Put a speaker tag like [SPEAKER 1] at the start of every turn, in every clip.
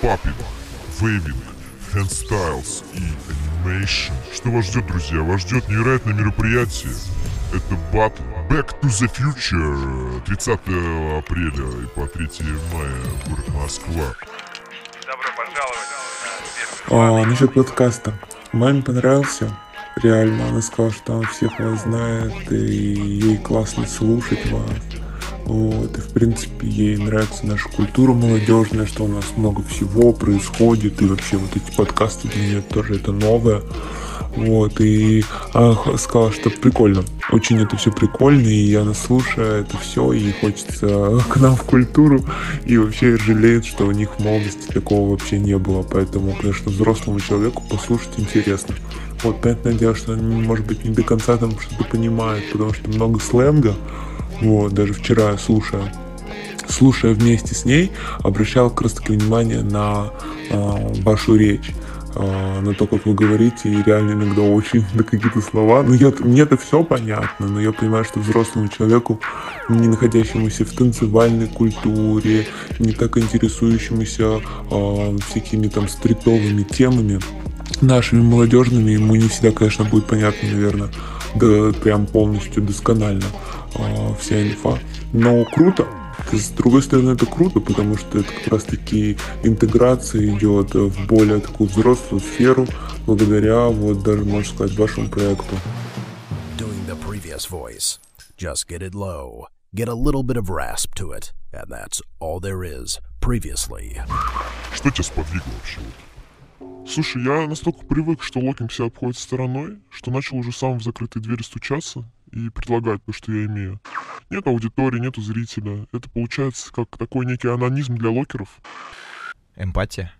[SPEAKER 1] Папин, Вейвинг, Хэнстайлс и Animation. Что вас ждет, друзья? Вас ждет невероятное мероприятие. Это бат Back to the Future 30 апреля и по 3 мая город Москва.
[SPEAKER 2] Добро пожаловать. на первый
[SPEAKER 3] А, насчет подкаста. Маме понравился. Реально, она сказала, что она всех вас знает, и ей классно слушать вас. Вот, и в принципе ей нравится наша культура молодежная, что у нас много всего происходит, и вообще вот эти подкасты для нее тоже это новое. Вот, и она х- сказала, что прикольно. Очень это все прикольно, и она слушает это все, и хочется к нам в культуру. И вообще жалеет, что у них в молодости такого вообще не было. Поэтому, конечно, взрослому человеку послушать интересно. Вот, понятное дело, что они, может быть, не до конца там что-то понимают, потому что много сленга. Вот, даже вчера слушая слушая вместе с ней, обращал как раз таки внимание на э, вашу речь, э, на то, как вы говорите, и реально иногда очень на какие-то слова. Ну, я, мне-то все понятно, но я понимаю, что взрослому человеку, не находящемуся в танцевальной культуре, не так интересующемуся э, всякими там стритовыми темами, нашими молодежными, ему не всегда, конечно, будет понятно, наверное, да, прям полностью досконально а, вся инфа. Но круто. С другой стороны, это круто, потому что это как раз-таки интеграция идет в более такую взрослую сферу, благодаря, вот даже, можно сказать, вашему проекту.
[SPEAKER 4] doing the previous voice. Just get it low, get a little bit of rasp to it, and that's all there is. Previously.
[SPEAKER 1] Что тебя сподвигло вообще? вот? Слушай, я настолько привык, что локинг себя обходит стороной, что начал уже сам в закрытые двери стучаться и предлагать то, что я имею. Нет аудитории, нету зрителя. Это получается как такой некий анонизм для локеров.
[SPEAKER 5] Эмпатия.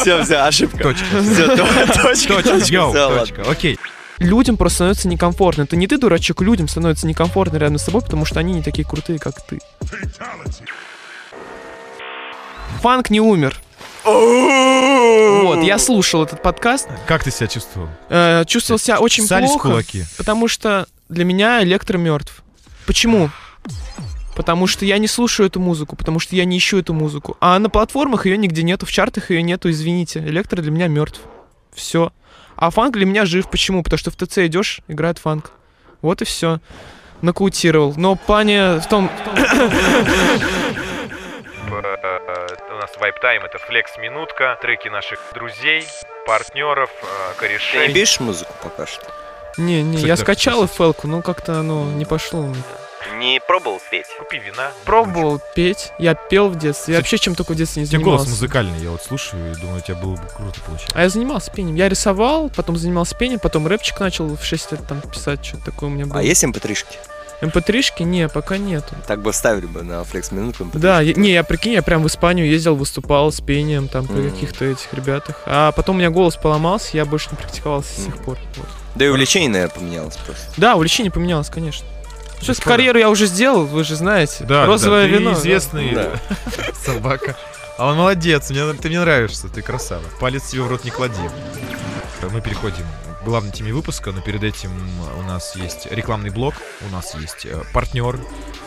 [SPEAKER 6] Все, все, ошибка.
[SPEAKER 5] Точка.
[SPEAKER 6] Все, точка.
[SPEAKER 5] Точка. Йоу,
[SPEAKER 6] Всё, ладно.
[SPEAKER 5] точка. Окей.
[SPEAKER 7] Людям просто становится некомфортно. Это не ты, дурачок, людям становится некомфортно рядом с собой, потому что они не такие крутые, как ты. Фанк не умер. Вот, я слушал этот подкаст,
[SPEAKER 5] Как ты себя чувствовал?
[SPEAKER 7] э, чувствовал себя очень
[SPEAKER 5] Ссались в
[SPEAKER 7] плохо,
[SPEAKER 5] кулаки.
[SPEAKER 7] потому что для меня электро мертв. Почему? Потому что я не слушаю эту музыку, потому что я не ищу эту музыку. А на платформах ее нигде нету, в чартах ее нету, извините. Электро для меня мертв. Все. А фанк для меня жив. Почему? Потому что в ТЦ идешь, играет фанк. Вот и все. Нокаутировал. Но паня в том...
[SPEAKER 2] Э, У нас вайп-тайм, это флекс-минутка, треки наших друзей, партнеров, э,
[SPEAKER 6] Ты
[SPEAKER 2] корешей.
[SPEAKER 6] не бишь музыку пока что?
[SPEAKER 7] Не, не,
[SPEAKER 5] Кстати,
[SPEAKER 7] я
[SPEAKER 5] да,
[SPEAKER 7] скачал
[SPEAKER 5] кстати.
[SPEAKER 7] FL-ку, но как-то оно не пошло. у меня.
[SPEAKER 6] Не пробовал петь?
[SPEAKER 2] Купи вина.
[SPEAKER 7] Пробовал петь, я пел в детстве. Я вообще чем только в детстве не
[SPEAKER 5] У тебя голос
[SPEAKER 7] занимался.
[SPEAKER 5] музыкальный, я вот слушаю и думаю, у тебя было бы круто получилось.
[SPEAKER 7] А я занимался пением. Я рисовал, потом занимался пением, потом рэпчик начал в 6 лет там писать, что-то такое у меня было.
[SPEAKER 6] А есть mp3-шки?
[SPEAKER 7] МП3-шки? Не, пока
[SPEAKER 2] Эм
[SPEAKER 7] нету.
[SPEAKER 6] Так бы вставили бы на флекс минутку mp3.
[SPEAKER 7] Да, я- не, я прикинь, я прям в Испанию ездил, выступал с пением там при
[SPEAKER 6] Мгм.
[SPEAKER 7] каких-то этих ребятах. А потом у меня голос поломался, я больше не практиковался с тех пор. Вот.
[SPEAKER 6] Да и увлечение, наверное, поменялось просто.
[SPEAKER 7] Да, увлечение поменялось, конечно. Сейчас
[SPEAKER 5] Прикольно.
[SPEAKER 7] карьеру я уже сделал, вы же знаете.
[SPEAKER 5] Да,
[SPEAKER 7] Розовое
[SPEAKER 5] да, ты
[SPEAKER 7] вино. да.
[SPEAKER 5] известный
[SPEAKER 6] Да.
[SPEAKER 5] собака. А он молодец, мне- ты мне нравишься, ты красава. Палец себе в рот не клади. Мы переходим к главной теме выпуска, но перед этим у нас есть рекламный блок, у нас есть э, партнер,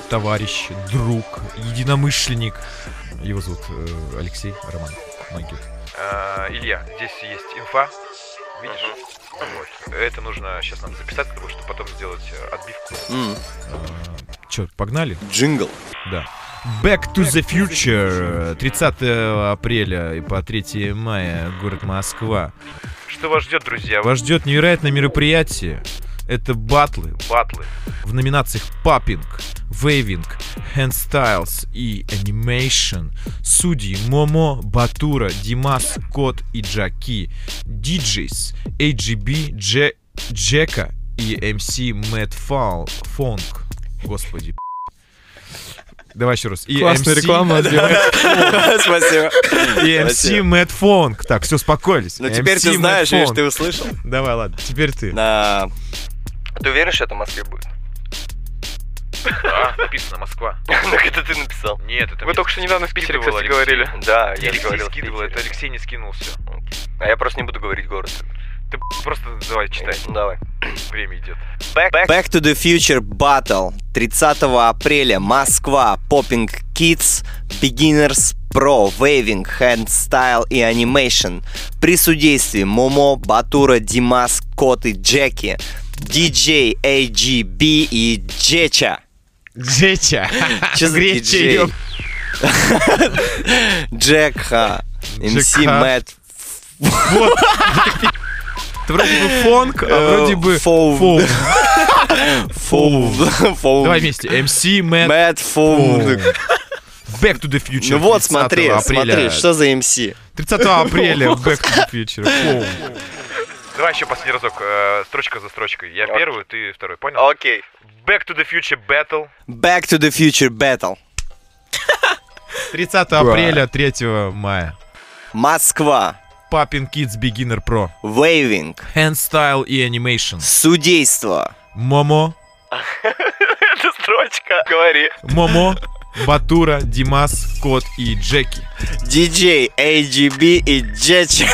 [SPEAKER 5] товарищ, друг, единомышленник. Его зовут э, Алексей Роман.
[SPEAKER 2] Э, Илья, здесь есть инфа. Видишь? Вот. Это нужно сейчас нам записать, потому что потом сделать э, отбивку.
[SPEAKER 6] М,
[SPEAKER 5] Че, А, погнали?
[SPEAKER 6] Джингл.
[SPEAKER 5] Back to the Future. 30 апреля и по 3 мая. Город Москва.
[SPEAKER 2] Что вас ждет, друзья?
[SPEAKER 5] Вас ждет невероятное мероприятие. Это батлы
[SPEAKER 2] батлы.
[SPEAKER 5] в номинациях Паппинг, Вейвинг, Handstyles и Animation. Судьи Момо, Батура, Димас, Кот и Джаки. Диджейс, AGB, Дже- Джека и MC Мэтт Фал, Фонг. Господи, Давай еще раз. И
[SPEAKER 7] Классная
[SPEAKER 5] MC
[SPEAKER 7] реклама. отбивает.
[SPEAKER 6] Спасибо.
[SPEAKER 5] И MC Мэтт Фонг. Так, все, успокоились.
[SPEAKER 6] Ну теперь
[SPEAKER 5] MC
[SPEAKER 6] ты
[SPEAKER 5] Мэтт
[SPEAKER 6] знаешь, видишь,
[SPEAKER 5] Фонг.
[SPEAKER 6] ты услышал.
[SPEAKER 5] Давай, ладно, теперь ты.
[SPEAKER 6] Да. А Ты уверен, что это в Москве будет?
[SPEAKER 2] Да, написано Москва.
[SPEAKER 6] Так Ну, это ты написал.
[SPEAKER 2] Нет, это
[SPEAKER 8] Вы
[SPEAKER 2] мне
[SPEAKER 8] только что недавно в Питере,
[SPEAKER 2] скидывал
[SPEAKER 8] кстати,
[SPEAKER 2] Алексей.
[SPEAKER 8] говорили.
[SPEAKER 6] Да, я же
[SPEAKER 2] Алексей
[SPEAKER 6] говорил. в
[SPEAKER 2] скидывал, это
[SPEAKER 6] Питере.
[SPEAKER 2] Алексей не скинул все.
[SPEAKER 6] А я просто не буду говорить город.
[SPEAKER 2] Ты б***ь, просто давай читай,
[SPEAKER 6] Ну, Давай.
[SPEAKER 2] время идет.
[SPEAKER 6] Back, to the Future Battle 30 апреля Москва Popping
[SPEAKER 8] Kids, Beginners Pro, Waving, Hand Style и Animation. При судействе Момо, Батура, Димас, Кот и Джеки, DJ, AGB и Джеча.
[SPEAKER 5] Джеча.
[SPEAKER 8] Че за
[SPEAKER 5] А, Греча,
[SPEAKER 8] диджей?
[SPEAKER 5] ёп.
[SPEAKER 8] Джекха, MC
[SPEAKER 5] Джекха.
[SPEAKER 8] а, Мэтт,
[SPEAKER 5] Это вроде бы фонк, а
[SPEAKER 8] Э,
[SPEAKER 5] вроде бы...
[SPEAKER 8] Фоу.
[SPEAKER 5] фоу.
[SPEAKER 8] Фоу, Фоу,
[SPEAKER 5] Давай вместе. MC Mad
[SPEAKER 8] Мэтт Фоу.
[SPEAKER 5] Back to the Future.
[SPEAKER 8] Ну вот,
[SPEAKER 5] 30
[SPEAKER 8] смотри,
[SPEAKER 5] апреля.
[SPEAKER 8] смотри, что за MC?
[SPEAKER 5] 30 апреля Back to the Future. Фоу.
[SPEAKER 2] Давай еще последний разок, э, строчка за строчкой. Я первую, ты второй, понял?
[SPEAKER 6] Окей.
[SPEAKER 2] Back to the Future Battle.
[SPEAKER 8] Back to the Future Battle.
[SPEAKER 5] 30 апреля, 3 мая.
[SPEAKER 8] Москва.
[SPEAKER 5] Poppin' Kids Beginner Pro.
[SPEAKER 8] Waving.
[SPEAKER 5] Handstyle и Animation.
[SPEAKER 8] Судейство.
[SPEAKER 5] Момо.
[SPEAKER 6] Это строчка. Говори.
[SPEAKER 5] Момо. Батура, Димас, Кот и Джеки.
[SPEAKER 8] DJ, AGB и Джеча.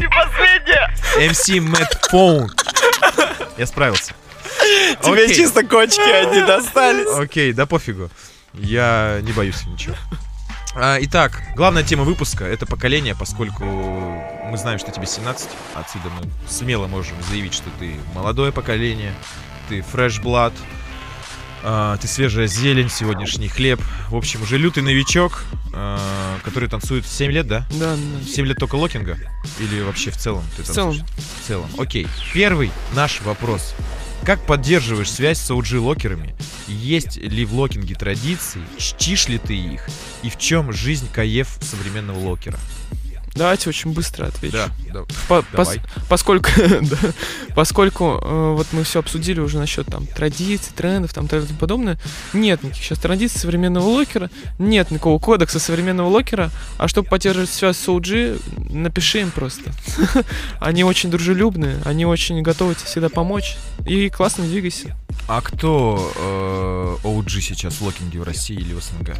[SPEAKER 6] И последняя.
[SPEAKER 5] MC Mad Фонк. Я справился.
[SPEAKER 8] Тебе
[SPEAKER 5] Окей.
[SPEAKER 8] чисто кочки одни достались.
[SPEAKER 5] Окей, да пофигу. Я не боюсь ничего. А, Итак, главная тема выпуска — это поколение, поскольку мы знаем, что тебе 17, отсюда мы смело можем заявить, что ты молодое поколение, ты фрешблад, а, ты свежая зелень, сегодняшний хлеб. В общем, уже лютый новичок, а, который танцует 7 лет, да?
[SPEAKER 7] Да, да.
[SPEAKER 5] 7 лет только локинга? Или вообще в целом ты
[SPEAKER 7] В целом.
[SPEAKER 5] танцуешь? В целом. Окей. Первый наш вопрос. Как поддерживаешь связь с OG-локерами? Есть ли в локинге традиции? Чтишь ли ты их? И в чем жизнь каев современного локера?
[SPEAKER 7] Давайте очень быстро отвечу.
[SPEAKER 5] да.
[SPEAKER 7] По- пос-
[SPEAKER 5] Давай.
[SPEAKER 7] поскольку, да, поскольку э, вот мы все обсудили уже насчет там традиций, трендов, там так и тому подобное, нет никаких сейчас традиций современного локера, нет никакого кодекса современного локера, а чтобы поддерживать связь с OG, напиши им просто. они очень дружелюбные, они очень готовы тебе всегда помочь, и классно двигайся.
[SPEAKER 5] А кто э, OG сейчас в локинге в России или в СНГ?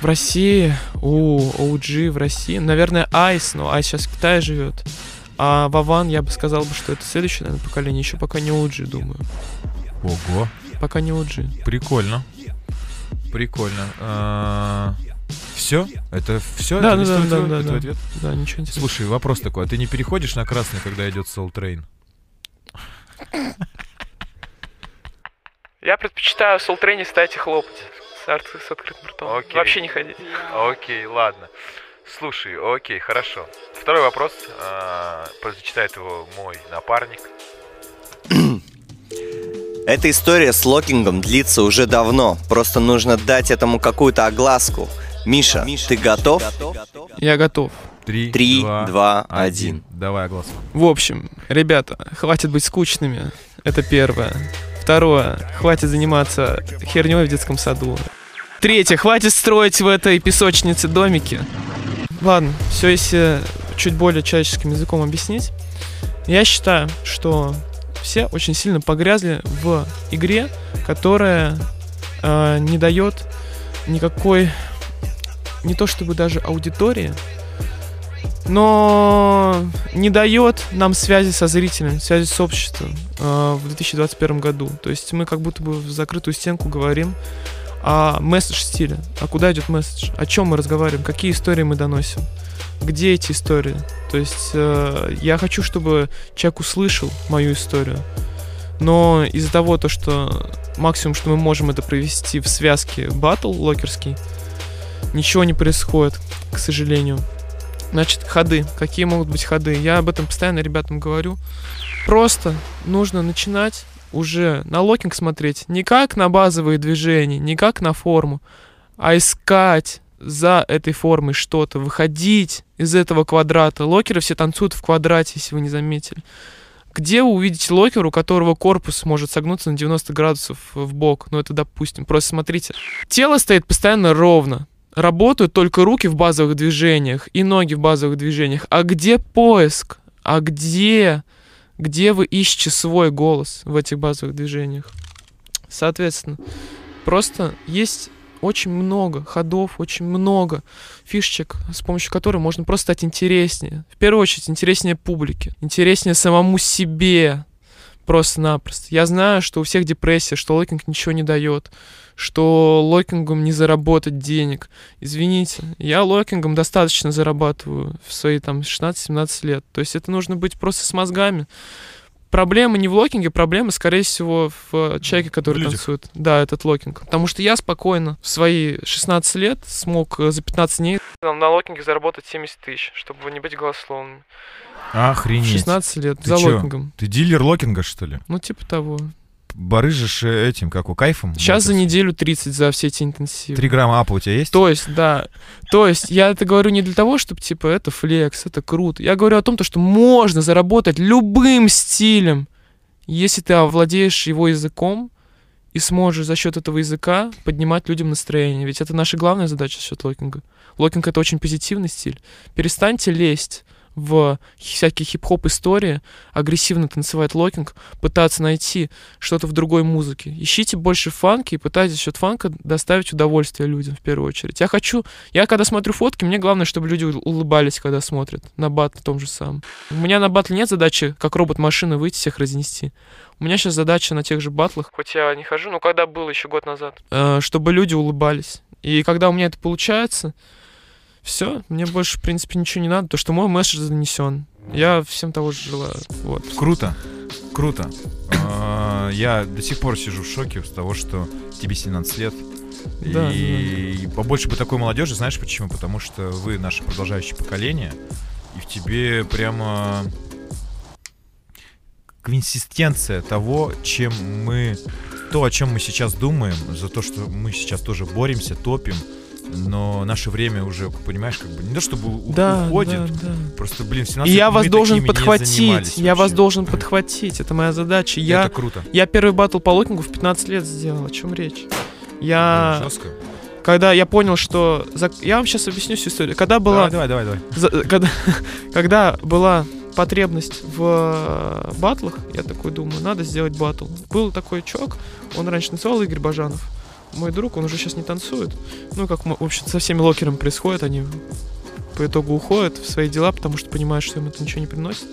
[SPEAKER 7] В России, у OG в России, наверное, Айс, но Айс сейчас в Китае живет. А Вован, я бы сказал, бы, что это следующее, наверное, поколение, еще пока не OG, думаю.
[SPEAKER 5] Ого,
[SPEAKER 7] Пока не OG.
[SPEAKER 5] прикольно. Прикольно. Все? Это все?
[SPEAKER 7] Да, да, да, да, да, да. Да, ничего не
[SPEAKER 5] Слушай, вопрос такой, а ты не переходишь на красный, когда идет Soul Train?
[SPEAKER 7] Я предпочитаю солтрейни ставить и хлопать. С, открытым ртом.
[SPEAKER 2] Окей. Вообще
[SPEAKER 7] не ходить.
[SPEAKER 2] Окей, ладно. Слушай, окей, хорошо. Второй вопрос. э, Прочитает его мой напарник.
[SPEAKER 8] Эта история с локингом длится уже давно. Просто нужно дать этому какую-то огласку. Миша, ты готов?
[SPEAKER 7] Я готов.
[SPEAKER 5] Три,
[SPEAKER 8] Три,
[SPEAKER 5] два,
[SPEAKER 8] два,
[SPEAKER 5] один.
[SPEAKER 8] один.
[SPEAKER 5] Давай, оглас.
[SPEAKER 7] В общем, ребята, хватит быть скучными. Это первое. Второе. Хватит заниматься херней в детском саду. Третье. Хватит строить в этой песочнице домики. Ладно, все если чуть более человеческим языком объяснить. Я считаю, что все очень сильно погрязли в игре, которая э, не дает никакой, не то чтобы даже аудитории, но не дает нам связи со зрителем, связи с обществом э, в 2021 году. То есть мы как будто бы в закрытую стенку говорим о месседж стиле, а куда идет месседж, о чем мы разговариваем, какие истории мы доносим, где эти истории. То есть э, я хочу, чтобы человек услышал мою историю, но из-за того, то, что максимум, что мы можем это провести в связке батл локерский, ничего не происходит, к сожалению. Значит, ходы. Какие могут быть ходы? Я об этом постоянно ребятам говорю. Просто нужно начинать уже на локинг смотреть не как на базовые движения, не как на форму, а искать за этой формой что-то, выходить из этого квадрата. Локеры все танцуют в квадрате, если вы не заметили. Где вы увидите локер, у которого корпус может согнуться на 90 градусов в бок? Ну, это допустим. Просто смотрите. Тело стоит постоянно ровно работают только руки в базовых движениях и ноги в базовых движениях. А где поиск? А где, где вы ищете свой голос в этих базовых движениях? Соответственно, просто есть очень много ходов, очень много фишечек, с помощью которых можно просто стать интереснее. В первую очередь, интереснее публике, интереснее самому себе. Просто-напросто. Я знаю, что у всех депрессия, что локинг ничего не дает, что локингом не заработать денег. Извините, я локингом достаточно зарабатываю в свои там 16-17 лет. То есть это нужно быть просто с мозгами. Проблема не в локинге, проблема, скорее всего, в э, человеке, который
[SPEAKER 5] людях.
[SPEAKER 7] танцует. Да, этот локинг. Потому что я спокойно в свои 16 лет смог э, за 15 дней на локинге заработать 70 тысяч, чтобы не быть голословным.
[SPEAKER 5] Охренеть.
[SPEAKER 7] 16 лет
[SPEAKER 5] Ты
[SPEAKER 7] за
[SPEAKER 5] чё?
[SPEAKER 7] локингом.
[SPEAKER 5] Ты дилер локинга, что ли?
[SPEAKER 7] Ну, типа того.
[SPEAKER 5] Барыжишь э, этим, как у кайфом?
[SPEAKER 7] Сейчас за
[SPEAKER 5] Мотоцикл.
[SPEAKER 7] неделю 30 за все эти интенсивы.
[SPEAKER 5] Три грамма апа у тебя есть?
[SPEAKER 7] То есть, да. То есть, я это говорю не для того, чтобы, типа, это флекс, это круто. Я говорю о том, то, что можно заработать любым стилем, если ты овладеешь его языком и сможешь за счет этого языка поднимать людям настроение. Ведь это наша главная задача за счет локинга. Локинг — это очень позитивный стиль. Перестаньте лезть в всякие хип-хоп истории, агрессивно танцевать локинг, пытаться найти что-то в другой музыке. Ищите больше фанки и пытайтесь за счет фанка доставить удовольствие людям в первую очередь. Я хочу, я когда смотрю фотки, мне главное, чтобы люди ул- улыбались, когда смотрят на батл том же самом. У меня на батле нет задачи, как робот-машины, выйти всех разнести. У меня сейчас задача на тех же батлах, хоть я не хожу, но когда было еще год назад, э, чтобы люди улыбались. И когда у меня это получается, все, мне больше, в принципе, ничего не надо, то что мой месседж занесен. Я всем того же желаю. Вот.
[SPEAKER 5] Круто, круто. Э, Я до сих пор сижу в шоке с того, что тебе 17 лет.
[SPEAKER 7] Да,
[SPEAKER 5] и побольше бы такой молодежи, знаешь почему? Потому что вы наше продолжающее поколение, и в тебе прямо консистенция того, чем мы, то, о чем мы сейчас думаем, за то, что мы сейчас тоже боремся, топим, но наше время уже, понимаешь, как бы не то чтобы у- уходит,
[SPEAKER 7] да, да.
[SPEAKER 5] просто, блин, в 17
[SPEAKER 7] И я
[SPEAKER 5] лет
[SPEAKER 7] вас
[SPEAKER 5] мы
[SPEAKER 7] должен
[SPEAKER 5] такими не
[SPEAKER 7] подхватить.
[SPEAKER 5] занимались
[SPEAKER 7] Я вас
[SPEAKER 5] вообще.
[SPEAKER 7] должен подхватить. Это моя задача. Я,
[SPEAKER 5] Это круто.
[SPEAKER 7] я первый батл по локингу в 15 лет сделал. О чем речь?
[SPEAKER 5] Блин,
[SPEAKER 7] Я,
[SPEAKER 5] жестко.
[SPEAKER 7] когда я понял, что... за- Я вам сейчас объясню всю историю. Когда была,
[SPEAKER 5] Давай, давай, давай.
[SPEAKER 7] за- когда, когда была потребность в э, батлах, я такой думаю, надо сделать батл. Был такой чувак, он раньше танцевал, Игорь Бажанов. Мой друг, он уже сейчас не танцует. Ну, как, мы- в общем, со всеми локерами происходит, они по итогу уходят в свои дела, потому что понимают, что им это ничего не приносит.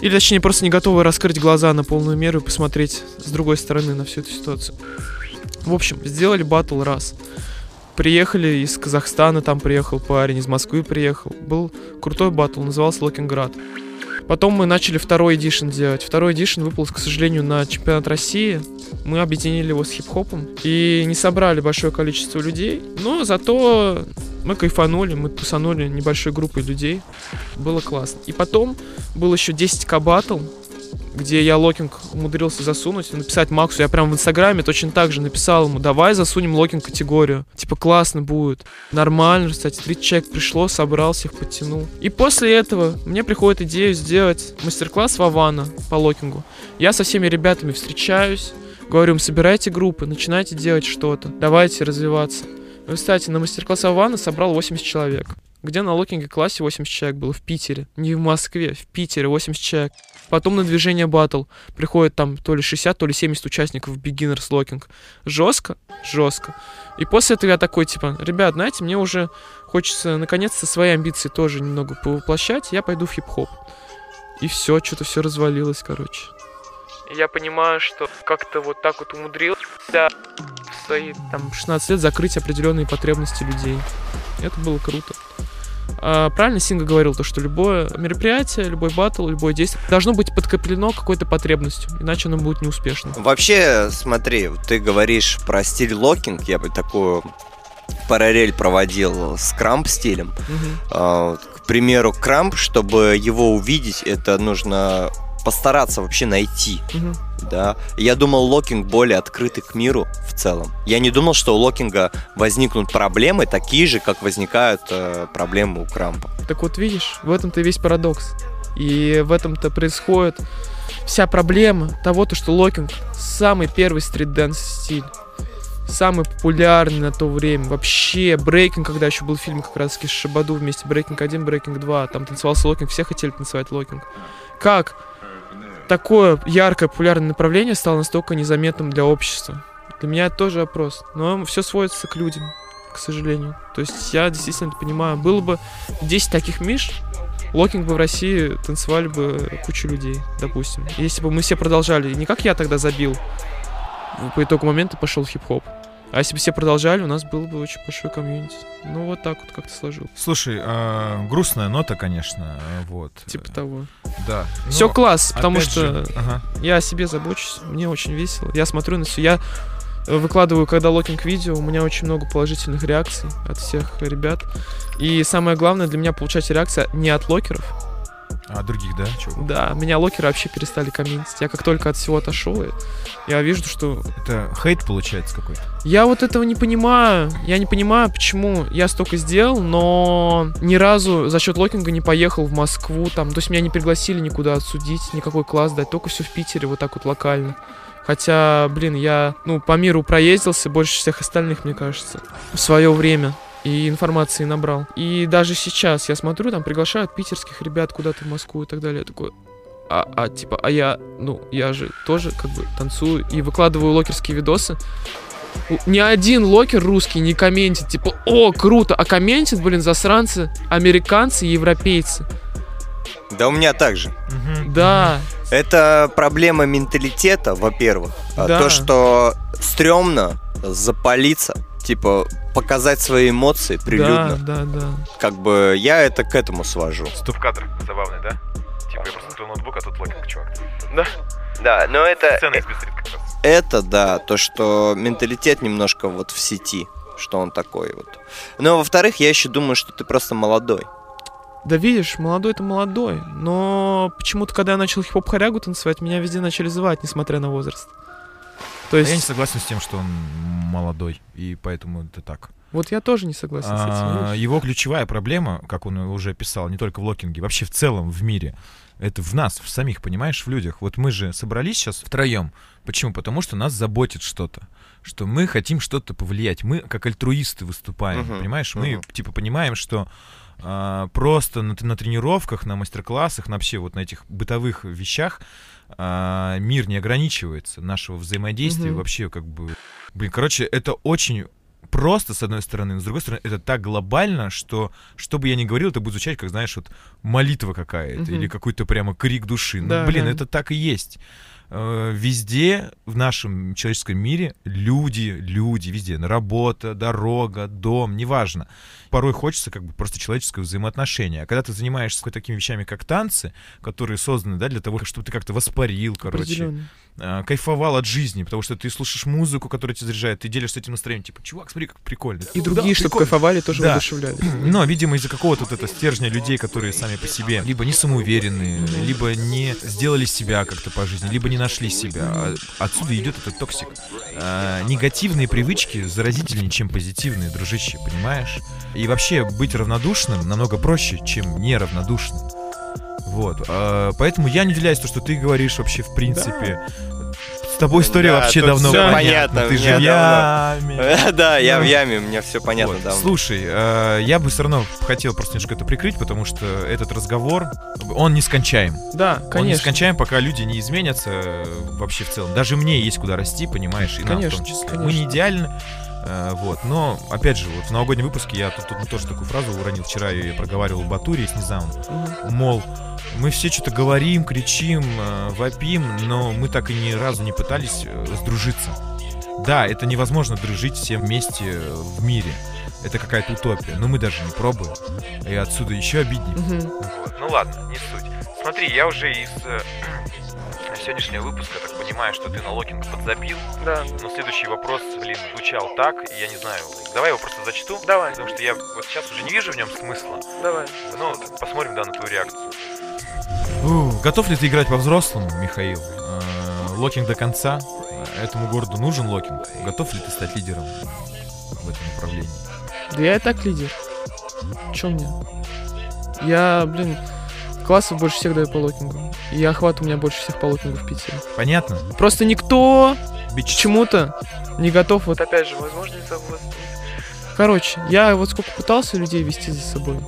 [SPEAKER 7] Или, точнее, просто не готовы раскрыть глаза на полную меру и посмотреть с другой стороны на всю эту ситуацию. В общем, сделали батл раз. Приехали из Казахстана, там приехал парень, из Москвы приехал. Был крутой батл, назывался Локинград. Потом мы начали второй эдишн делать. Второй эдишн выполз, к сожалению, на чемпионат России. Мы объединили его с хип-хопом и не собрали большое количество людей. Но зато мы кайфанули, мы тусанули небольшой группой людей. Было классно. И потом был еще 10к батл, где я локинг умудрился засунуть, написать Максу. Я прям в Инстаграме точно так же написал ему, давай засунем локинг категорию. Типа классно будет. Нормально, кстати, 30 человек пришло, собрал всех, подтянул. И после этого мне приходит идея сделать мастер-класс Вавана по локингу. Я со всеми ребятами встречаюсь, говорю им, собирайте группы, начинайте делать что-то, давайте развиваться. Ну, кстати, на мастер-класс Вавана собрал 80 человек. Где на локинге классе 80 человек было в Питере. Не в Москве, в Питере 80 человек. Потом на движение батл. Приходит там то ли 60, то ли 70 участников в Beginners Locking. Жестко? Жестко. И после этого я такой, типа, ребят, знаете, мне уже хочется, наконец-то, свои амбиции тоже немного повоплощать, я пойду в хип-хоп. И все, что-то все развалилось, короче. Я понимаю, что как-то вот так вот умудрился в свои там 16 лет закрыть определенные потребности людей. Это было круто. А, правильно Синга говорил, то, что любое мероприятие, любой батл, любое действие должно быть подкреплено какой-то потребностью, иначе оно будет неуспешным.
[SPEAKER 8] Вообще, смотри, вот ты говоришь про стиль локинг, я бы такую параллель проводил с крамп стилем.
[SPEAKER 7] Мгм.
[SPEAKER 8] А, вот, К примеру, крамп, чтобы его увидеть, это нужно постараться вообще найти,
[SPEAKER 7] Мгм.
[SPEAKER 8] да. Я думал, локинг более открытый к миру в целом. Я не думал, что у локинга возникнут проблемы такие же, как возникают э, проблемы у крампа.
[SPEAKER 7] Так вот, видишь, в этом-то и весь парадокс. И в этом-то происходит вся проблема того, то, что локинг самый первый стрит-дэнс стиль. Самый популярный на то время. Вообще, брейкинг, когда еще был фильм как раз таки с Шабаду вместе, брейкинг 1, брейкинг 2, там танцевался локинг, все хотели танцевать локинг. Как такое яркое популярное направление стало настолько незаметным для общества? Для меня это тоже вопрос. Но все сводится к людям, к сожалению. То есть я действительно это понимаю. Было бы 10 таких Миш, Локинг бы в России танцевали бы куча людей, допустим. Если бы мы все продолжали, не как я тогда забил, ну, по итогу момента пошел хип-хоп. А если бы все продолжали, у нас было бы очень большой комьюнити. Ну вот так вот как-то сложил.
[SPEAKER 5] Слушай, а, грустная нота, конечно, э, вот.
[SPEAKER 7] Типа того.
[SPEAKER 5] Да. Но,
[SPEAKER 7] Все класс, потому
[SPEAKER 5] опять
[SPEAKER 7] что
[SPEAKER 5] же, ага.
[SPEAKER 7] я о себе забочусь, мне очень весело. Я смотрю на все, я э, выкладываю, когда локинг видео, у меня очень много положительных реакций от всех ребят. И самое главное для меня получать реакция не от локеров.
[SPEAKER 5] А других, да? Чего?
[SPEAKER 7] Да, меня локеры вообще перестали комментить. Я как только от всего отошел, и я вижу, что
[SPEAKER 5] Это хейт получается какой-то.
[SPEAKER 7] я вот этого не понимаю. Я не понимаю, почему я столько сделал, но ни разу за счет локинга не поехал в Москву. Там, то есть меня не пригласили никуда отсудить, никакой класс дать, только все в Питере, вот так вот локально. Хотя, блин, я, ну, по миру проездился больше всех остальных, мне кажется, в свое время. И информации набрал. И даже сейчас я смотрю, там приглашают питерских ребят куда-то в Москву и так далее. Я такой, а, а, типа, а я, ну, я же тоже как бы танцую и выкладываю локерские видосы. У- Ни один локер русский не комментит, типа, о, круто, а комментит, блин, засранцы, американцы и европейцы.
[SPEAKER 8] Да у меня также.
[SPEAKER 7] Да,
[SPEAKER 8] Это проблема менталитета, во-первых. А
[SPEAKER 7] Да.
[SPEAKER 8] То, что стрёмно запалиться, типа показать свои эмоции
[SPEAKER 7] да,
[SPEAKER 8] прилюдно.
[SPEAKER 7] да, да.
[SPEAKER 8] Как бы я это к этому свожу.
[SPEAKER 2] Стоп кадр забавный, да? Типа я просто твой ноутбук, а тут локинг, чувак.
[SPEAKER 8] Да, но это... э,
[SPEAKER 2] Сцена из беседы как раз.
[SPEAKER 8] Это да, то, что менталитет немножко вот в сети, что он такой вот. Но во-вторых, я еще думаю, что ты просто молодой.
[SPEAKER 7] Да видишь, молодой это молодой, но почему-то, когда я начал хип-хоп хорягу танцевать, меня везде начали звать, несмотря на возраст. То
[SPEAKER 5] А Я не
[SPEAKER 7] есть,
[SPEAKER 5] согласен с тем, что он молодой, и поэтому это так.
[SPEAKER 7] вот я тоже не согласен с этим.
[SPEAKER 5] А,
[SPEAKER 7] видишь?
[SPEAKER 5] Его ключевая проблема, как он уже писал, не только в локинге, вообще в целом в мире, это в нас, в самих, понимаешь, в людях. Вот мы же собрались сейчас втроем. Почему? Потому что нас заботит что-то. Что мы хотим что-то повлиять. Мы как альтруисты выступаем,
[SPEAKER 8] Мгм,
[SPEAKER 5] понимаешь? Мы
[SPEAKER 8] мгм.
[SPEAKER 5] типа понимаем, что а, просто на, на тренировках, на мастер-классах, на вообще вот на этих бытовых вещах а, мир не ограничивается нашего взаимодействия
[SPEAKER 7] Мгм.
[SPEAKER 5] вообще как бы... Блин, короче, это очень просто, с одной стороны, но с другой стороны, это так глобально, что, что бы я ни говорил, это будет звучать, как, знаешь, вот молитва какая-то
[SPEAKER 7] Мгм.
[SPEAKER 5] или какой-то прямо крик души. Ну,
[SPEAKER 7] Да,
[SPEAKER 5] блин,
[SPEAKER 7] да.
[SPEAKER 5] это так и есть. Э, Везде в нашем человеческом мире люди, люди, везде работа, дорога, дом, неважно. Порой хочется как бы просто человеческого взаимоотношения. А когда ты занимаешься такими вещами, как танцы, которые созданы да, для того, чтобы ты как-то воспарил, короче,
[SPEAKER 7] Определенно.
[SPEAKER 5] а, кайфовал от жизни, потому что ты слушаешь музыку, которая тебя заряжает, ты делишься этим настроением, типа, чувак, смотри, как прикольно.
[SPEAKER 7] И
[SPEAKER 5] Да,
[SPEAKER 7] другие, чтобы
[SPEAKER 5] прикольно.
[SPEAKER 7] кайфовали, тоже
[SPEAKER 5] Да. Ну,
[SPEAKER 7] воодушевляли.
[SPEAKER 5] Но, видимо, из-за какого-то вот этого стержня людей, которые сами по себе либо не самоуверенные, либо не сделали себя как-то по жизни, либо не нашли себя. А Отсюда идет этот токсик. А, негативные привычки заразительнее, чем позитивные, дружище, понимаешь? И вообще быть равнодушным намного проще, чем неравнодушным. Вот. а, поэтому я не удивляюсь то, что ты говоришь вообще в принципе. С тобой история
[SPEAKER 8] Да,
[SPEAKER 5] вообще
[SPEAKER 8] тут
[SPEAKER 5] давно
[SPEAKER 8] всё
[SPEAKER 5] понятна.
[SPEAKER 8] понятно,
[SPEAKER 5] Ты
[SPEAKER 8] мне
[SPEAKER 5] же в яме.
[SPEAKER 8] Да, я в яме, у меня все понятно
[SPEAKER 5] Вот.
[SPEAKER 8] давно.
[SPEAKER 5] Слушай, э, я бы все равно хотел просто немножко это прикрыть, потому что этот разговор, он нескончаем.
[SPEAKER 7] Да,
[SPEAKER 5] Он
[SPEAKER 7] конечно.
[SPEAKER 5] нескончаем, пока люди не изменятся э, вообще в целом. Даже мне есть куда расти, понимаешь, и нам в
[SPEAKER 7] Конечно,
[SPEAKER 5] том числе. Мы
[SPEAKER 7] конечно.
[SPEAKER 5] не идеальны, э, вот. Но, опять же, вот в новогоднем выпуске я тут, тут тоже такую фразу уронил. Вчера я проговаривал в Батуре с Низамом
[SPEAKER 7] Мгм.
[SPEAKER 5] мол, мы все что-то говорим, кричим, э, вопим, но мы так и ни разу не пытались э, сдружиться. Да, это невозможно дружить всем вместе э, в мире. Это какая-то утопия, но мы даже не пробуем. И отсюда еще обиднее.
[SPEAKER 7] Мгм.
[SPEAKER 2] Вот, ну ладно, не суть. Смотри, я уже из э, сегодняшнего выпуска так понимаю, что ты на локинг подзабил.
[SPEAKER 6] Да.
[SPEAKER 2] Но следующий вопрос, блин, звучал так, и я не знаю. Давай его просто зачту. Давай. Потому что я вот сейчас уже не вижу в нем смысла.
[SPEAKER 6] Давай.
[SPEAKER 2] Ну, посмотрим, да, на твою реакцию.
[SPEAKER 5] Ух, Готов ли ты играть по-взрослому, Михаил? Э, Локинг до конца. Э, Этому городу нужен локинг. Готов ли ты стать лидером в этом направлении?
[SPEAKER 7] Да я и так лидер. Че мне? Я, блин, классов больше всех даю по локингу. И охват у меня больше всех по локингу в Питере.
[SPEAKER 5] Понятно?
[SPEAKER 7] Просто никто
[SPEAKER 5] Бич.
[SPEAKER 7] к чему-то не готов. Вот,
[SPEAKER 6] Опять же, возможно, из-за возраста.
[SPEAKER 7] короче, я вот сколько пытался людей вести за собой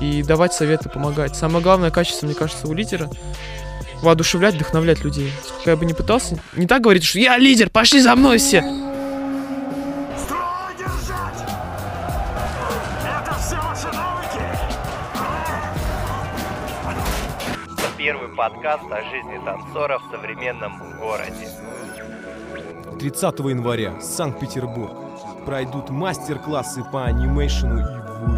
[SPEAKER 7] и давать советы, помогать. Самое главное качество, мне кажется, у лидера воодушевлять, вдохновлять людей. Сколько я бы не пытался, не так говорить, что я лидер, пошли за мной все.
[SPEAKER 8] первый подкаст о жизни танцора в современном городе.
[SPEAKER 9] 30 января, Санкт-Петербург. Пройдут мастер-классы по анимейшену и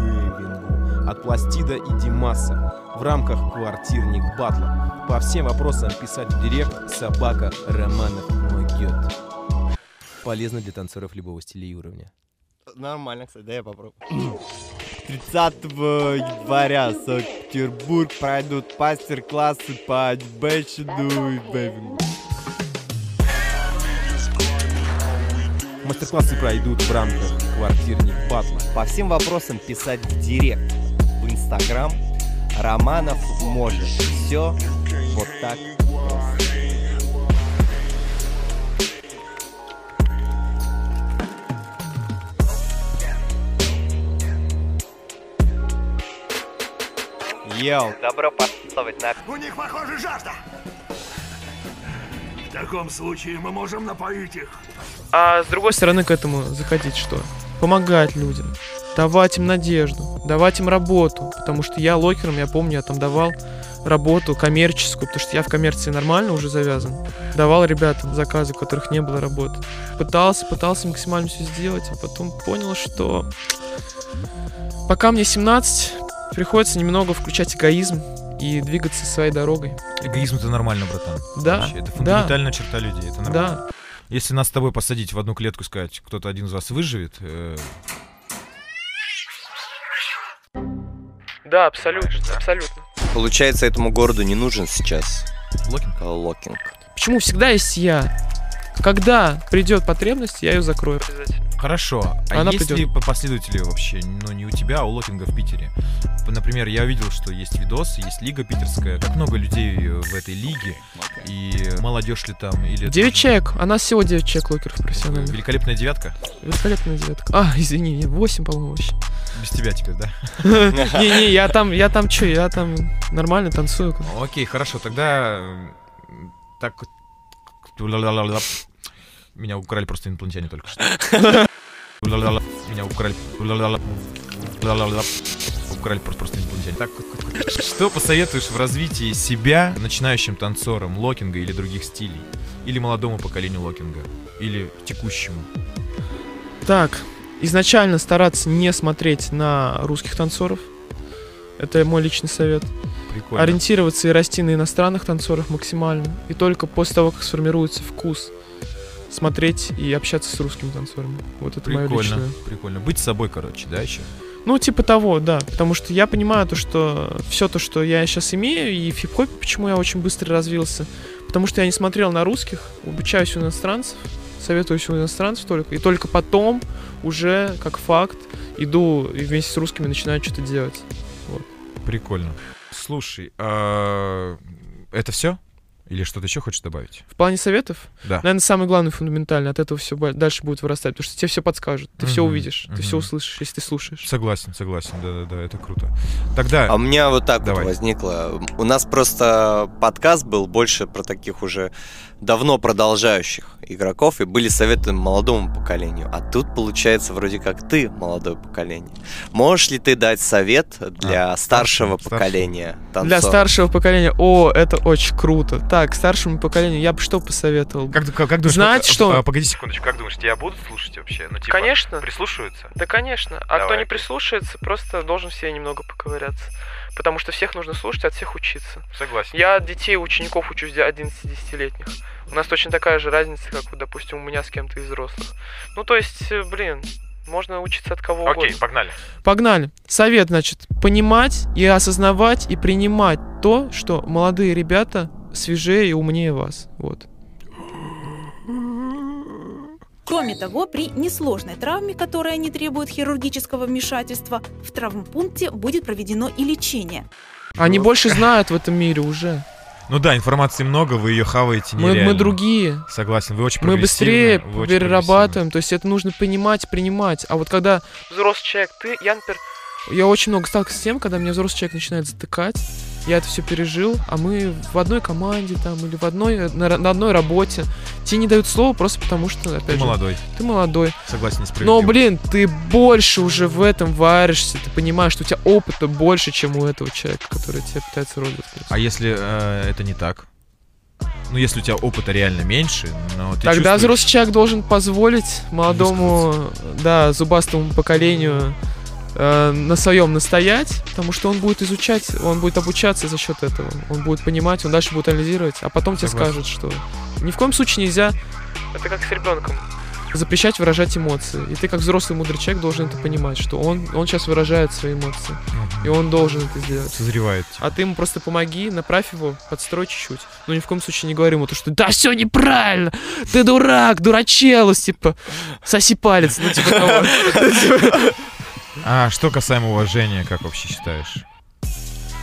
[SPEAKER 9] вейвингу от Пластида и Димаса в рамках «Квартирник Батла». По всем вопросам писать в директ собака Романов Могет. Полезно для танцоров любого стиля и уровня.
[SPEAKER 8] Нормально, кстати, да я попробую. 30 января Санкт-Петербург пройдут мастер-классы по анимейшену и вейвингу.
[SPEAKER 9] Мастер-классы пройдут в рамках «Квартирник Батла».
[SPEAKER 8] По всем вопросам писать в директ, в Инстаграм. Романов может все вот так просто. Йоу, добро пожаловать на
[SPEAKER 10] У них, похоже, жажда. В таком случае мы можем напоить их.
[SPEAKER 7] А с другой стороны к этому заходить что? Помогать людям, давать им надежду, давать им работу, потому что я локером, я помню, я там давал работу коммерческую, потому что я в коммерции нормально уже завязан. Давал ребятам заказы, у которых не было работы. Пытался, пытался максимально все сделать, а потом понял, что пока мне 17, приходится немного включать эгоизм и двигаться своей дорогой.
[SPEAKER 5] Эгоизм это нормально, братан.
[SPEAKER 7] Да,
[SPEAKER 5] Вообще, это
[SPEAKER 7] да.
[SPEAKER 5] фундаментальная черта людей. Это нормально.
[SPEAKER 7] Да,
[SPEAKER 5] Если нас с тобой посадить в одну клетку и сказать, кто-то один из вас выживет, э,
[SPEAKER 7] да, абсолютно, абсолютно.
[SPEAKER 8] Получается, этому городу не нужен сейчас
[SPEAKER 5] Локин.
[SPEAKER 8] э, локинг.
[SPEAKER 7] Почему всегда есть я? Когда придет потребность, я ее закрою.
[SPEAKER 5] Хорошо. А
[SPEAKER 7] Она
[SPEAKER 5] есть ли
[SPEAKER 7] придет.
[SPEAKER 5] по- последователи вообще? Ну, не у тебя, а у Локинга в Питере. П- Например, я видел, что есть видос, есть лига питерская. Как много людей э, в этой лиге? И молодежь ли там? Или это
[SPEAKER 7] Девять
[SPEAKER 5] уже
[SPEAKER 7] человек. А нас всего 9 человек локеров профессиональных.
[SPEAKER 5] Великолепная девятка.
[SPEAKER 7] Великолепная девятка. А, извини, нет, 8, по-моему, вообще.
[SPEAKER 5] Без тебя теперь, да?
[SPEAKER 7] Не-не, я там, я там что, я там нормально танцую.
[SPEAKER 5] Окей, хорошо, тогда... м, Так... Меня украли просто инопланетяне только что. Меня украли. Украли просто, просто инопланетяне. Так, что посоветуешь в развитии себя начинающим танцорам локинга или других стилей? Или молодому поколению локинга? Или текущему?
[SPEAKER 7] Так, изначально стараться не смотреть на русских танцоров. Это мой личный совет.
[SPEAKER 5] Прикольно.
[SPEAKER 7] Ориентироваться и расти на иностранных танцорах максимально. И только после того, как сформируется вкус, смотреть и общаться с русскими танцорами. Вот это мое
[SPEAKER 5] Прикольно,
[SPEAKER 7] личное.
[SPEAKER 5] прикольно. Быть собой, короче, да, еще?
[SPEAKER 7] Ну, типа того, да. Потому что я понимаю то, что все то, что я сейчас имею, и в хип-хопе, почему я очень быстро развился. Потому что я не смотрел на русских, обучаюсь у иностранцев, советуюсь у иностранцев только. И только потом уже, как факт, иду и вместе с русскими начинаю что-то делать.
[SPEAKER 5] Прикольно. Слушай, а, это все? Или что-то еще хочешь добавить?
[SPEAKER 7] В плане советов,
[SPEAKER 5] Да.
[SPEAKER 7] наверное, самое главное фундаментально, от этого все дальше будет вырастать, потому что тебе все подскажут, ты все
[SPEAKER 5] Мгм,
[SPEAKER 7] увидишь, ты все
[SPEAKER 5] мгм.
[SPEAKER 7] услышишь, если ты слушаешь.
[SPEAKER 5] Согласен, согласен, да-да-да, это круто. Тогда
[SPEAKER 8] А у меня вот так
[SPEAKER 5] Давай.
[SPEAKER 8] вот возникло. У нас просто подкаст был больше про таких уже давно продолжающих игроков, и были советы молодому поколению. А тут, получается, вроде как ты молодое поколение. Можешь ли ты дать совет для старшего
[SPEAKER 5] старшему, старшему.
[SPEAKER 8] поколения танцоров?
[SPEAKER 7] Для старшего поколения, о, это очень круто. Так, старшему поколению я бы что посоветовал?
[SPEAKER 5] как, как, как думаешь,
[SPEAKER 7] Знать,
[SPEAKER 5] вот,
[SPEAKER 7] что-
[SPEAKER 5] а, погоди секунду.
[SPEAKER 2] Секундочку, как думаешь, тебя будут слушать вообще? Ну, типа,
[SPEAKER 7] Конечно.
[SPEAKER 2] прислушиваются?
[SPEAKER 7] Да, конечно. А кто
[SPEAKER 2] Давай.
[SPEAKER 7] не прислушается, просто должен себе немного поковыряться. Потому что всех нужно слушать, от всех учиться.
[SPEAKER 2] Согласен.
[SPEAKER 7] Я от детей, учеников учусь 11-10-летних. У нас точно такая же разница, как, вот, допустим, у меня с кем-то из взрослых. Ну, то есть, э, блин, можно учиться от кого
[SPEAKER 2] Окей,
[SPEAKER 7] угодно.
[SPEAKER 2] погнали.
[SPEAKER 7] Погнали. Совет, значит, понимать и осознавать и принимать то, что молодые ребята свежее и умнее вас. Вот.
[SPEAKER 11] Кроме того, при несложной травме, которая не требует хирургического вмешательства, в травмпункте будет проведено и лечение.
[SPEAKER 2] Ну.
[SPEAKER 7] Они больше знают в этом мире уже.
[SPEAKER 5] Ну да, информации много, вы ее хаваете
[SPEAKER 7] Мы,
[SPEAKER 5] нереально.
[SPEAKER 7] мы другие.
[SPEAKER 5] Согласен, вы очень
[SPEAKER 7] Мы быстрее
[SPEAKER 5] прогрессивны, вы очень
[SPEAKER 7] перерабатываем, то есть это нужно понимать, принимать. А вот когда взрослый человек, ты, я, например, я очень много сталкивался с тем, когда меня взрослый человек начинает затыкать, я это все пережил, а мы в одной команде там или в одной, на, ра- на одной работе. Тебе не дают слова просто потому, что, опять
[SPEAKER 5] Ты
[SPEAKER 7] же,
[SPEAKER 5] молодой.
[SPEAKER 7] Ты молодой.
[SPEAKER 5] Согласен, несправедливо.
[SPEAKER 7] Но, блин, ты больше уже в этом варишься, ты понимаешь, что у тебя опыта больше, чем у этого человека, который тебя пытается роль открыть.
[SPEAKER 5] А если э, это не так? Ну, если у тебя опыта реально меньше, но ты
[SPEAKER 7] Тогда
[SPEAKER 5] чувствуешь-
[SPEAKER 7] взрослый человек должен позволить молодому, да, зубастому поколению э, на своем настоять, потому что он будет изучать, он будет обучаться за счет этого, он будет понимать, он дальше будет анализировать, а потом тебе
[SPEAKER 5] Согласен.
[SPEAKER 7] скажут, что ни в коем случае нельзя. Это А как с ребенком. Запрещать выражать эмоции. И ты как взрослый мудрый человек должен это понимать, что он, он сейчас выражает свои эмоции, и он должен это сделать.
[SPEAKER 5] Созревает. типа.
[SPEAKER 7] А ты ему просто помоги, направь его, подстрой чуть-чуть. Но ни в коем случае не говори ему то, что да, все неправильно, ты дурак, дурачелус, типа, соси палец, ну типа того.
[SPEAKER 5] А что касаемо уважения, как вообще считаешь?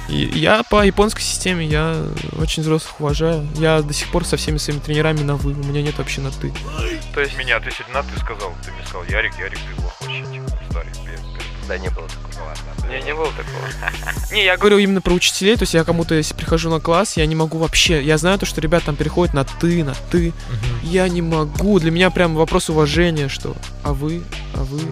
[SPEAKER 7] И Я по японской системе, я очень взрослых уважаю. Я до сих пор со всеми своими тренерами на вы, у меня нет вообще на ты.
[SPEAKER 2] То есть меня ты сегодня на ты сказал, ты мне сказал, Ярик, Ярик, ты лох вообще, типа, старый, блин.
[SPEAKER 8] Да не было такого.
[SPEAKER 2] Ладно,
[SPEAKER 6] Не, не было такого.
[SPEAKER 7] Не, я говорю именно про учителей, то есть я кому-то, если прихожу на класс, я не могу вообще, я знаю то, что ребята там переходят на ты, на ты, я не могу, для меня прям вопрос уважения, что, а вы, а вы,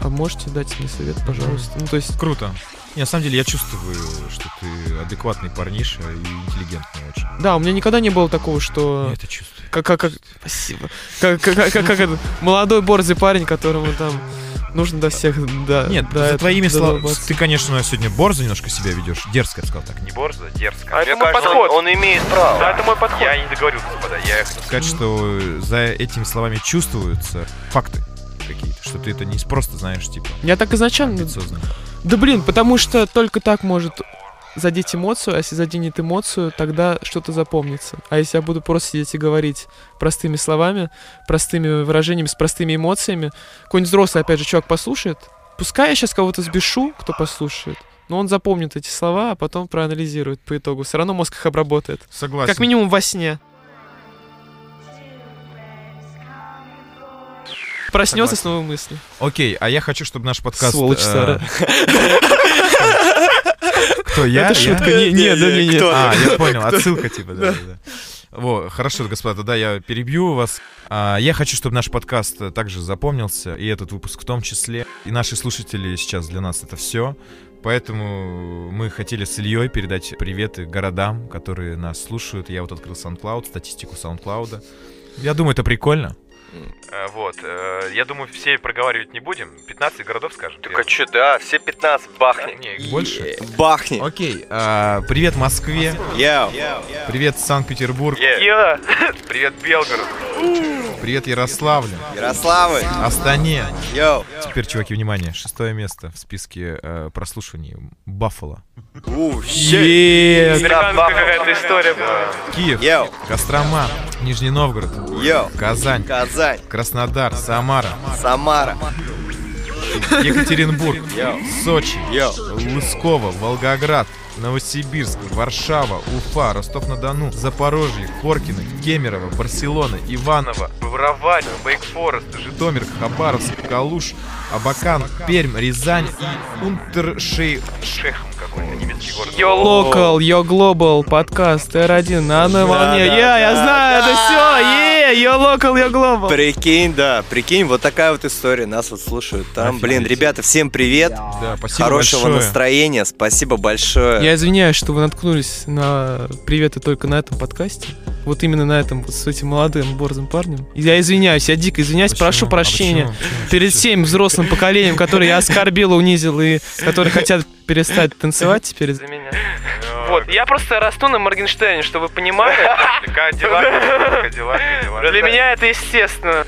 [SPEAKER 7] а можете дать мне совет, пожалуйста? Ну, то есть...
[SPEAKER 5] Круто. Не, на самом деле я чувствую, что ты адекватный парниша и интеллигентный очень.
[SPEAKER 7] Да, у меня никогда не было такого, что...
[SPEAKER 5] Я это чувствую.
[SPEAKER 7] Как, как, как... Спасибо. Как, как, как, как, как это? Молодой борзый парень, которому там нужно до всех... Э, Да,
[SPEAKER 5] Нет,
[SPEAKER 7] до
[SPEAKER 5] за
[SPEAKER 7] этого
[SPEAKER 5] твоими словами.
[SPEAKER 7] додолбаться.
[SPEAKER 5] Ты, конечно, сегодня борзо немножко себя ведешь. Дерзко, я бы сказал так. Не
[SPEAKER 2] Не борзо, дерзко.
[SPEAKER 7] А это мой подход.
[SPEAKER 8] Он имеет право.
[SPEAKER 7] Да, это мой подход.
[SPEAKER 2] Я и не договорился, господа, я их...
[SPEAKER 5] сказать, что за этими словами чувствуются факты какие-то, что ты это не просто знаешь, типа,
[SPEAKER 7] Я так изначально...
[SPEAKER 5] сознанно.
[SPEAKER 7] Да блин, потому что только так может задеть эмоцию, а если заденет эмоцию, тогда что-то запомнится. А если я буду просто сидеть и говорить простыми словами, простыми выражениями, с простыми эмоциями, какой-нибудь взрослый, опять же, чувак послушает, пускай я сейчас кого-то сбешу, кто послушает, но он запомнит эти слова, а потом проанализирует по итогу. Все равно мозг их обработает.
[SPEAKER 5] Согласен.
[SPEAKER 7] Как минимум во сне. Проснется с
[SPEAKER 5] Согласен.
[SPEAKER 7] новой мыслью.
[SPEAKER 5] Окей, а я хочу, чтобы наш подкаст...
[SPEAKER 7] Сволочь
[SPEAKER 5] э,
[SPEAKER 7] старая.
[SPEAKER 5] Кто я?
[SPEAKER 7] Это
[SPEAKER 5] Я?
[SPEAKER 7] шутка. Не, не, да, не, не.
[SPEAKER 5] А, я понял,
[SPEAKER 7] Кто?
[SPEAKER 5] отсылка типа, да,
[SPEAKER 7] Да.
[SPEAKER 5] да, да. Во, хорошо, господа, тогда я перебью вас. А, я хочу, чтобы наш подкаст э, также запомнился, и этот выпуск в том числе. И наши слушатели сейчас для нас это все. Поэтому мы хотели с Ильей передать приветы городам, которые нас слушают. Я вот открыл SoundCloud, статистику SoundCloud. Я думаю, это прикольно.
[SPEAKER 2] Э, Вот, э, я думаю, все проговаривать не будем, 15 городов скажем.
[SPEAKER 8] Так а чё, да, все 15 бахни.
[SPEAKER 2] Не,
[SPEAKER 5] Больше?
[SPEAKER 8] Бахни.
[SPEAKER 5] Окей, а, привет Москве,
[SPEAKER 8] Яу.
[SPEAKER 5] привет Санкт-Петербург,
[SPEAKER 2] Привет, Белгород.
[SPEAKER 5] привет Ярославлю,
[SPEAKER 8] Ярославль.
[SPEAKER 5] Астане.
[SPEAKER 8] Йоу.
[SPEAKER 5] Теперь, чуваки, внимание, шестое место в списке э, прослушиваний Баффало.
[SPEAKER 8] У, щит.
[SPEAKER 7] Е,
[SPEAKER 8] Баффало.
[SPEAKER 6] какая-то история была.
[SPEAKER 5] Киев,
[SPEAKER 8] Йоу.
[SPEAKER 5] Кострома, Нижний Новгород,
[SPEAKER 8] Йоу.
[SPEAKER 5] Казань,
[SPEAKER 8] Казань.
[SPEAKER 5] Краснодар, Самара,
[SPEAKER 8] Самара.
[SPEAKER 5] Екатеринбург,
[SPEAKER 8] Йоу.
[SPEAKER 5] Сочи,
[SPEAKER 8] Йоу.
[SPEAKER 5] Лысково, Волгоград, Новосибирск, Варшава, Уфа, Ростов-на-Дону, ну, Запорожье, Коркино, Кемерово, Барселона, Иваново,
[SPEAKER 2] Броварь, Бейкфорест,
[SPEAKER 5] Житомир, Хабаровск, Калуш, Абакан, Пермь, Рязань и Унтершей.
[SPEAKER 2] Шехм какой-то, немецкий город.
[SPEAKER 7] Йо локал, йо глобал, подкаст R1 на одной волне.
[SPEAKER 8] да,
[SPEAKER 7] Я, я
[SPEAKER 8] да,
[SPEAKER 7] знаю, это
[SPEAKER 8] да.
[SPEAKER 7] все. Е, йо локал, йо глобал.
[SPEAKER 8] Прикинь, да, прикинь, вот такая вот история. Нас вот слушают там. Блин,
[SPEAKER 5] Офигеть.
[SPEAKER 8] ребята, всем привет.
[SPEAKER 5] Да, спасибо
[SPEAKER 8] Хорошего
[SPEAKER 5] большое.
[SPEAKER 8] настроения. Спасибо большое.
[SPEAKER 7] Я извиняюсь, что вы наткнулись на приветы только на этом подкасте. Вот именно на этом, вот с этим молодым борзым парнем. Я извиняюсь, я дико извиняюсь,
[SPEAKER 5] Почему?
[SPEAKER 7] прошу
[SPEAKER 5] А
[SPEAKER 7] прощения.
[SPEAKER 5] почему? Почему?
[SPEAKER 7] Перед всем взрослым поколением, которые я оскорбил, унизил и которые хотят перестать танцевать теперь. За меня. Вот, я просто расту на Моргенштерне, чтобы вы понимали.
[SPEAKER 2] Как дела? Как дела? Как дела?
[SPEAKER 7] меня это естественно.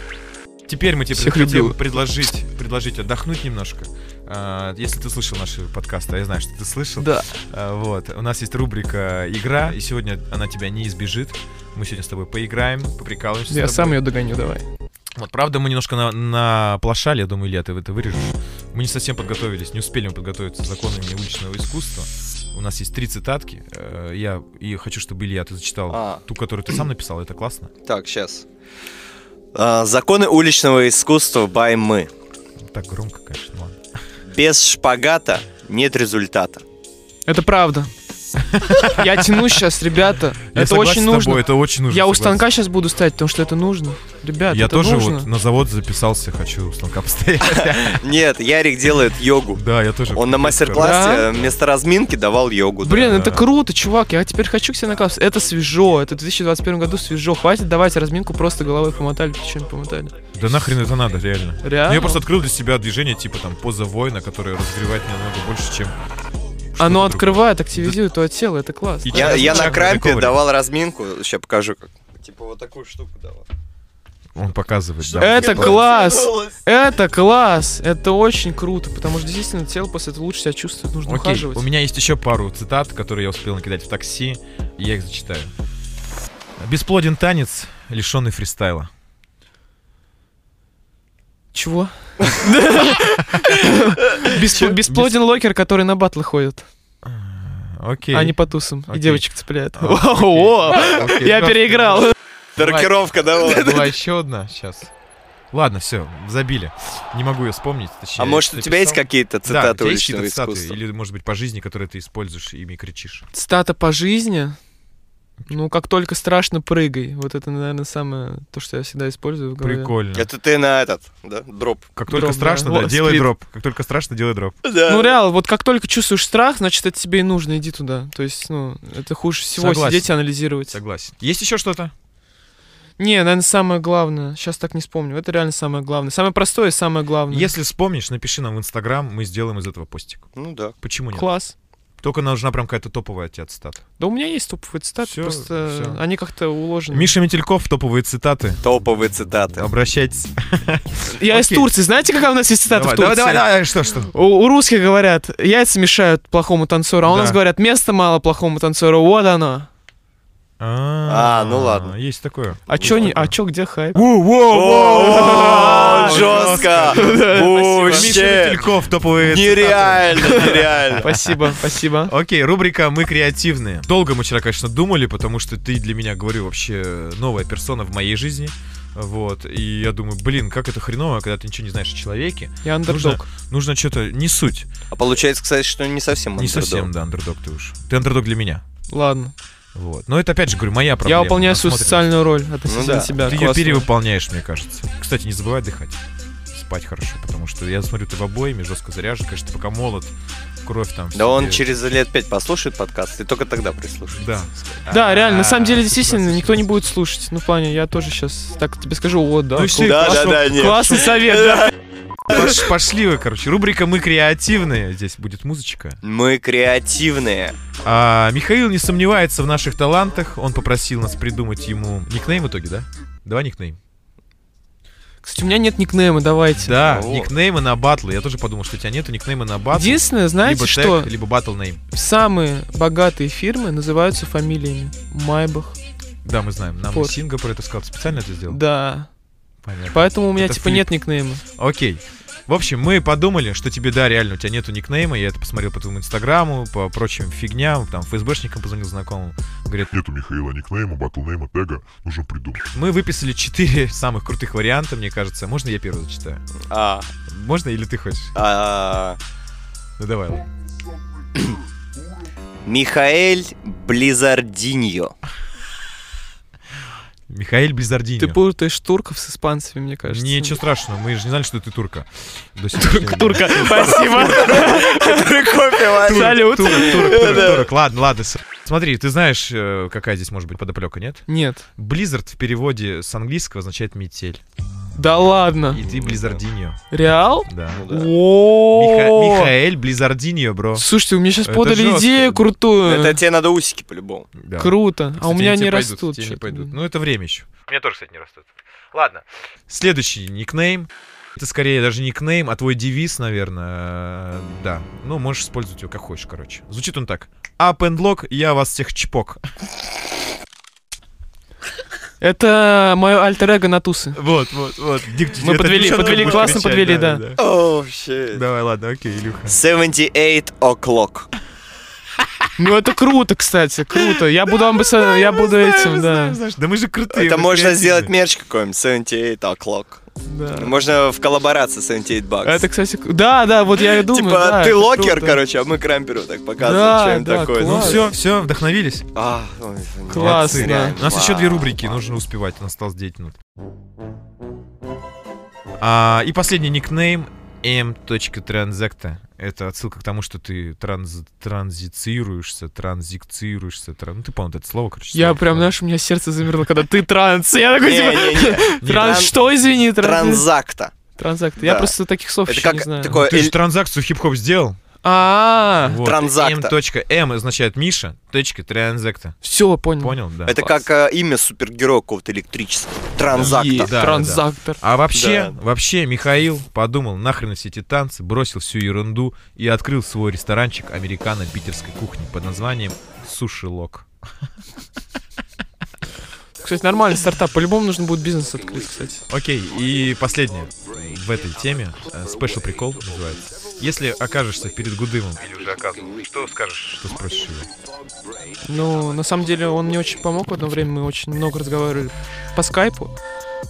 [SPEAKER 5] Теперь мы тебе
[SPEAKER 7] Всех
[SPEAKER 5] хотим
[SPEAKER 7] любил.
[SPEAKER 5] предложить, предложить отдохнуть немножко. А, Если ты слышал наши подкасты, а я знаю, что ты слышал.
[SPEAKER 7] Да.
[SPEAKER 5] А, Вот. У нас есть рубрика «Игра», и сегодня она тебя не избежит. Мы сегодня с тобой поиграем, поприкалываемся. с
[SPEAKER 7] Я
[SPEAKER 5] тобой.
[SPEAKER 7] сам ее догоню, давай.
[SPEAKER 5] Вот, правда, мы немножко на, наплошали, я думаю, Илья, ты это вырежешь. Мы не совсем подготовились, не успели мы подготовиться к законам уличного искусства. У нас есть три цитатки. Э, Я и хочу, чтобы Илья, ты зачитал
[SPEAKER 8] А.
[SPEAKER 5] ту, которую ты сам написал, это классно.
[SPEAKER 8] Так, сейчас. Законы уличного искусства by мы.
[SPEAKER 5] Так громко, конечно, ладно.
[SPEAKER 8] Без шпагата нет результата.
[SPEAKER 7] Это правда. Я тяну сейчас, ребята.
[SPEAKER 5] Я
[SPEAKER 7] это
[SPEAKER 5] согласен
[SPEAKER 7] очень
[SPEAKER 5] с тобой,
[SPEAKER 7] нужно.
[SPEAKER 5] это очень нужно,
[SPEAKER 7] Я у
[SPEAKER 5] согласен.
[SPEAKER 7] станка сейчас буду стоять, потому что это нужно. Ребят,
[SPEAKER 5] Я
[SPEAKER 7] это
[SPEAKER 5] тоже
[SPEAKER 7] нужно.
[SPEAKER 5] вот на завод записался, хочу у станка постоять.
[SPEAKER 8] Нет, Ярик делает йогу.
[SPEAKER 5] Да, я тоже.
[SPEAKER 8] Он на
[SPEAKER 7] Да?
[SPEAKER 8] мастер-классе вместо разминки давал йогу. да.
[SPEAKER 7] Блин, это круто, чувак. Я теперь хочу к себе на класс. Это свежо. Это в 2021 году свежо. Хватит давать разминку, просто головой помотали, плечами помотали.
[SPEAKER 5] Да нахрен это надо, реально.
[SPEAKER 7] Реально?
[SPEAKER 5] Я просто открыл для себя движение, типа там поза воина, которое разогревает меня намного больше, чем...
[SPEAKER 7] Оно открывает, активизирует твое тело, это класс.
[SPEAKER 8] Я, я на крампе
[SPEAKER 5] рекомендую.
[SPEAKER 8] давал разминку. Сейчас покажу, как. Типа вот такую штуку давал.
[SPEAKER 5] Он показывает, да.
[SPEAKER 7] Это
[SPEAKER 8] Мне
[SPEAKER 5] А,
[SPEAKER 7] класс!
[SPEAKER 8] понравилось.
[SPEAKER 7] Это класс! Это очень круто, потому что действительно тело после этого лучше себя чувствует, нужно
[SPEAKER 5] Окей,
[SPEAKER 7] ухаживать.
[SPEAKER 5] у меня есть еще пару цитат, которые я успел накидать в такси, и я их зачитаю. Бесплоден танец, лишенный фристайла.
[SPEAKER 7] Чего? Беспл- Бесплоден локер, который на батлы ходит.
[SPEAKER 5] Окей.
[SPEAKER 7] А не по тусам. И
[SPEAKER 5] Окей.
[SPEAKER 7] девочек цепляет.
[SPEAKER 5] А, окей.
[SPEAKER 7] О,
[SPEAKER 5] Окей.
[SPEAKER 7] Я переиграл.
[SPEAKER 8] Маркировка, да? вот?
[SPEAKER 5] Была еще одна, сейчас. Ладно, все, забили. Не могу ее вспомнить. Точнее,
[SPEAKER 8] А может, у тебя есть какие-то
[SPEAKER 5] Да,
[SPEAKER 8] цитаты
[SPEAKER 5] у тебя есть
[SPEAKER 8] уличного
[SPEAKER 5] какие-то цитаты?
[SPEAKER 8] искусства?
[SPEAKER 5] Или, может быть, по жизни, которые ты используешь, ими кричишь.
[SPEAKER 7] Цитата по жизни. Ну, как только страшно, прыгай. Вот это, наверное, самое то, что я всегда использую в голове.
[SPEAKER 5] Прикольно.
[SPEAKER 8] Это ты на этот, да? Дроп.
[SPEAKER 5] Как только
[SPEAKER 7] Дроп, да.
[SPEAKER 5] страшно, да,
[SPEAKER 7] Вот,
[SPEAKER 5] делай
[SPEAKER 7] скрит.
[SPEAKER 5] дроп. Как только страшно, делай дроп.
[SPEAKER 8] Да.
[SPEAKER 7] Ну, реал, вот как только чувствуешь страх, значит, это тебе и нужно, иди туда. То есть, ну, это хуже всего
[SPEAKER 5] Согласен.
[SPEAKER 7] сидеть и анализировать.
[SPEAKER 5] Согласен. Есть еще что-то?
[SPEAKER 7] Не, наверное, самое главное. Сейчас так не вспомню. Это реально самое главное. Самое простое и самое главное.
[SPEAKER 5] Если вспомнишь, напиши нам в Инстаграм, мы сделаем из этого постик.
[SPEAKER 8] Ну да.
[SPEAKER 5] Почему нет?
[SPEAKER 7] Класс.
[SPEAKER 5] Только нужна прям какая-то топовая от тебя цитата.
[SPEAKER 7] Да у меня есть топовые цитаты,
[SPEAKER 5] Всё,
[SPEAKER 7] просто
[SPEAKER 5] всё.
[SPEAKER 7] они как-то уложены.
[SPEAKER 5] Миша Метельков, топовые цитаты.
[SPEAKER 8] Топовые цитаты.
[SPEAKER 5] Обращайтесь.
[SPEAKER 7] Я из Турции. Знаете, какая у нас есть цитата
[SPEAKER 5] Давай,
[SPEAKER 7] в Турции?
[SPEAKER 5] давай, давай, давай, что, что?
[SPEAKER 7] У, у русских говорят, яйца мешают плохому танцору, а у
[SPEAKER 5] Да.
[SPEAKER 7] нас говорят, места мало плохому танцору, вот оно.
[SPEAKER 5] А,
[SPEAKER 8] А, ну ладно.
[SPEAKER 5] Есть такое.
[SPEAKER 7] А чё, не, а чё, где хайп?
[SPEAKER 8] О, Жестко!
[SPEAKER 5] Миша
[SPEAKER 8] Вообще!
[SPEAKER 5] Метельков, топовые
[SPEAKER 8] Нереально, нереально.
[SPEAKER 7] Спасибо, спасибо.
[SPEAKER 5] Окей, рубрика «Мы креативные». Долго мы вчера, конечно, думали, потому что ты для меня, говорю, вообще новая персона в моей жизни. Вот, и я думаю, блин, как это хреново, когда ты ничего не знаешь о человеке.
[SPEAKER 7] Я андердог.
[SPEAKER 5] Нужно что-то, не суть.
[SPEAKER 8] А получается, кстати, что не совсем
[SPEAKER 7] Ну
[SPEAKER 5] Не
[SPEAKER 8] андердог.
[SPEAKER 5] совсем, да, андердог ты уж. Ты андердог для меня.
[SPEAKER 7] Ладно.
[SPEAKER 5] Вот. Но это, опять же, говорю, моя проблема.
[SPEAKER 7] Я выполняю свою
[SPEAKER 5] Насмотренность.
[SPEAKER 7] социальную роль относительно
[SPEAKER 8] Ну да.
[SPEAKER 7] себя.
[SPEAKER 5] Ты ее
[SPEAKER 7] Классно.
[SPEAKER 5] перевыполняешь, мне кажется. Кстати, не забывай отдыхать. Спать хорошо, потому что я смотрю, ты в обоими жестко заряжен. Конечно, ты пока молод, кровь там. в
[SPEAKER 8] Да он
[SPEAKER 5] себе.
[SPEAKER 8] через лет пять послушает подкаст и только тогда прислушается.
[SPEAKER 5] Да.
[SPEAKER 7] Да, реально, на самом деле,
[SPEAKER 5] А,
[SPEAKER 7] действительно,
[SPEAKER 5] согласен,
[SPEAKER 7] никто не будет слушать. Ну, в плане, я тоже сейчас так тебе скажу, вот, да.
[SPEAKER 5] Ну,
[SPEAKER 7] класс-
[SPEAKER 5] всё,
[SPEAKER 8] Да, да, да, нет.
[SPEAKER 7] Классный совет, да.
[SPEAKER 5] Пош- пошли вы, короче. Рубрика «Мы креативные». Здесь будет музычка.
[SPEAKER 8] Мы креативные.
[SPEAKER 5] А, Михаил не сомневается в наших талантах. Он попросил нас придумать ему никнейм в итоге, да? Давай никнейм.
[SPEAKER 7] Кстати, у меня нет никнейма, давайте.
[SPEAKER 5] Да,
[SPEAKER 8] О.
[SPEAKER 5] никнеймы на батлы. Я тоже подумал, что у тебя нету никнейма на батл.
[SPEAKER 7] Единственное, знаете
[SPEAKER 5] либо
[SPEAKER 7] что?
[SPEAKER 5] тег, либо батл нейм.
[SPEAKER 7] Самые богатые фирмы называются фамилиями. Майбах.
[SPEAKER 5] Да, мы знаем. Нам
[SPEAKER 7] Фор.
[SPEAKER 5] Синга про это сказал. Ты специально это сделал?
[SPEAKER 7] Да.
[SPEAKER 5] Понятно.
[SPEAKER 7] Поэтому у меня
[SPEAKER 5] Это
[SPEAKER 7] типа
[SPEAKER 5] флип.
[SPEAKER 7] нет никнейма.
[SPEAKER 5] Окей. В общем, мы подумали, что тебе, да, реально, у тебя нету никнейма. Я это посмотрел по твоему инстаграму, по прочим фигням. Там ФСБшникам позвонил знакомым. Говорит,
[SPEAKER 1] Нет у Михаила никнейма, батлнейма, тега. Нужно придумать.
[SPEAKER 5] мы выписали четыре самых крутых варианта, мне кажется. Можно я первый зачитаю?
[SPEAKER 8] А,
[SPEAKER 5] Можно или ты хочешь?
[SPEAKER 8] а,
[SPEAKER 5] Ну давай. ладно.
[SPEAKER 8] Михаэль Близардиньо.
[SPEAKER 5] Михаил Близардини.
[SPEAKER 7] Ты путаешь турков с испанцами, мне кажется.
[SPEAKER 5] Ничего страшного, мы же не знали, что ты турка. До сегодняшнего дня.
[SPEAKER 7] Турка, спасибо. Салют.
[SPEAKER 5] Турок, турок, турок, турок. Ладно, ладно. с- Смотри, ты знаешь, э, какая здесь может быть подоплека, нет?
[SPEAKER 7] Нет.
[SPEAKER 5] Blizzard в переводе с английского означает метель.
[SPEAKER 7] Да ладно.
[SPEAKER 5] И ты Близардиньо.
[SPEAKER 7] Реал?
[SPEAKER 5] Да. Миха-
[SPEAKER 7] О.
[SPEAKER 5] Михаэль Близардиньо, бро.
[SPEAKER 7] Слушайте, у меня сейчас
[SPEAKER 5] Это
[SPEAKER 7] подали
[SPEAKER 5] жестко.
[SPEAKER 7] идею крутую.
[SPEAKER 8] Это тебе надо усики по-любому.
[SPEAKER 5] Да.
[SPEAKER 7] Круто. А
[SPEAKER 5] Кстати,
[SPEAKER 7] у меня
[SPEAKER 5] они тебе
[SPEAKER 7] не
[SPEAKER 5] пойдут,
[SPEAKER 7] растут.
[SPEAKER 5] тебе не
[SPEAKER 7] чё-то.
[SPEAKER 5] пойдут. Ну, это время еще.
[SPEAKER 2] У меня тоже, кстати, не растут. Ладно.
[SPEAKER 5] Следующий никнейм. Это скорее даже никнейм, а твой девиз, наверное. э, Да. Ну, можешь использовать его как хочешь, короче. Звучит он так. Up and lock, я вас всех чпок.
[SPEAKER 7] Это мое альтер эго на тусы.
[SPEAKER 5] Вот, вот, вот.
[SPEAKER 7] Мы подвели, подвели, классно подвели, да.
[SPEAKER 8] О, щит.
[SPEAKER 5] Давай, ладно, окей, Илюха.
[SPEAKER 8] 78 o'clock.
[SPEAKER 7] Ну это круто, кстати, круто. Я буду амбассадором, я буду этим, да.
[SPEAKER 5] Знаешь, да мы же крутые.
[SPEAKER 8] Это
[SPEAKER 5] мы
[SPEAKER 8] можно
[SPEAKER 5] креативные.
[SPEAKER 8] сделать мерч какой-нибудь. 78 o'clock. Можно в коллаборации с 78 Bucks.
[SPEAKER 7] Это, кстати, к- да, да, вот я и думаю.
[SPEAKER 8] Типа,
[SPEAKER 7] да,
[SPEAKER 8] ты
[SPEAKER 7] это
[SPEAKER 8] локер,
[SPEAKER 7] круто.
[SPEAKER 8] короче, а мы крамперу так показываем,
[SPEAKER 7] Да,
[SPEAKER 8] что им
[SPEAKER 7] да,
[SPEAKER 8] такое.
[SPEAKER 5] Ну все, все, вдохновились?
[SPEAKER 8] А,
[SPEAKER 7] Классно.
[SPEAKER 5] Молодцы, реально. У нас
[SPEAKER 8] Вау.
[SPEAKER 5] еще две рубрики, нужно успевать, у нас осталось 9 минут. А, и последний никнейм m.транзакта. Это отсылка к тому, что ты транз, транзицируешься, транзикцируешься. тран- Ну, ты, по-моему, это слово, короче.
[SPEAKER 7] Я
[SPEAKER 5] знаешь,
[SPEAKER 7] прям,
[SPEAKER 5] да?
[SPEAKER 7] знаешь, у меня сердце замерло, когда ты транс. Я такой,
[SPEAKER 8] Не, не,
[SPEAKER 7] типа,
[SPEAKER 8] не.
[SPEAKER 7] транс,
[SPEAKER 8] Тран-
[SPEAKER 7] что, извини, транс?
[SPEAKER 8] Транзакта.
[SPEAKER 7] Транзакт. Я
[SPEAKER 8] Да.
[SPEAKER 7] просто таких слов
[SPEAKER 8] Это
[SPEAKER 7] еще не
[SPEAKER 8] как
[SPEAKER 7] знаю.
[SPEAKER 8] такое-
[SPEAKER 5] Ну, Ты же
[SPEAKER 8] эль-
[SPEAKER 5] транзакцию хип-хоп сделал?
[SPEAKER 7] А,
[SPEAKER 5] Вот.
[SPEAKER 8] Транзакта.
[SPEAKER 5] M.M означает Миша, точка транзакта.
[SPEAKER 7] все, понял.
[SPEAKER 5] Понял, да.
[SPEAKER 8] Это как э, имя супергероя какого-то электрического.
[SPEAKER 5] Е,
[SPEAKER 8] Транзакта.
[SPEAKER 5] да,
[SPEAKER 7] Транзактор.
[SPEAKER 5] А вообще,
[SPEAKER 8] Да.
[SPEAKER 5] вообще Михаил подумал, нахрен все эти танцы, бросил всю ерунду и открыл свой ресторанчик американо-питерской кухни под названием Сушилок.
[SPEAKER 7] Кстати, нормальный стартап. По-любому нужно будет бизнес открыть, кстати.
[SPEAKER 5] Окей, и последнее в этой теме, э, спешл прикол называется. Если окажешься перед Гудымом,
[SPEAKER 2] Или уже оказывал. Что скажешь?
[SPEAKER 5] что спросишь его?
[SPEAKER 7] Ну, на самом деле, он мне очень помог в одно время. Мы очень много разговаривали по скайпу.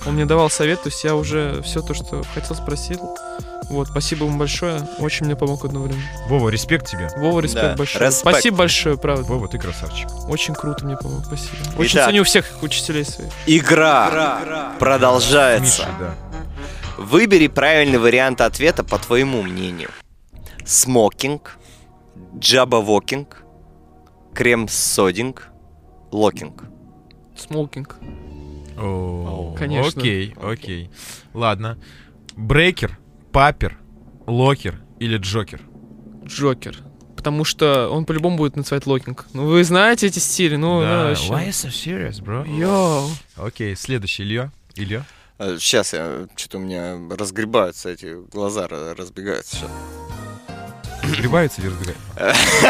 [SPEAKER 7] Он мне давал совет, то есть я уже все то, что хотел, спросил. Вот, спасибо ему большое. Очень мне помог в одно время.
[SPEAKER 5] Вова, респект тебе.
[SPEAKER 7] Вова, респект
[SPEAKER 8] Да,
[SPEAKER 7] большой.
[SPEAKER 8] респект.
[SPEAKER 7] Спасибо большое, правда.
[SPEAKER 5] Вова, ты красавчик.
[SPEAKER 7] Очень круто мне помог, спасибо. Очень
[SPEAKER 8] Итак.
[SPEAKER 7] ценю всех учителей своих.
[SPEAKER 8] Игра продолжается.
[SPEAKER 5] Миша, да.
[SPEAKER 8] Выбери правильный вариант ответа по твоему мнению. Смокинг, джабавокинг, крем-содинг, локинг.
[SPEAKER 7] Смолкинг.
[SPEAKER 5] О,
[SPEAKER 7] Конечно.
[SPEAKER 5] Окей, окей. Ладно. Брейкер, папер, локер или джокер?
[SPEAKER 7] Джокер. Потому что он по-любому будет называть локинг. Ну, вы знаете эти стили, ну, да,
[SPEAKER 5] Why
[SPEAKER 7] вообще.
[SPEAKER 5] so serious, bro?
[SPEAKER 7] Йоу.
[SPEAKER 5] Окей, следующий, Илья. Илья?
[SPEAKER 8] Сейчас Э, я что-то у меня разгребаются эти глаза ра- разбегаются. щас.
[SPEAKER 5] Грибается или разбегается?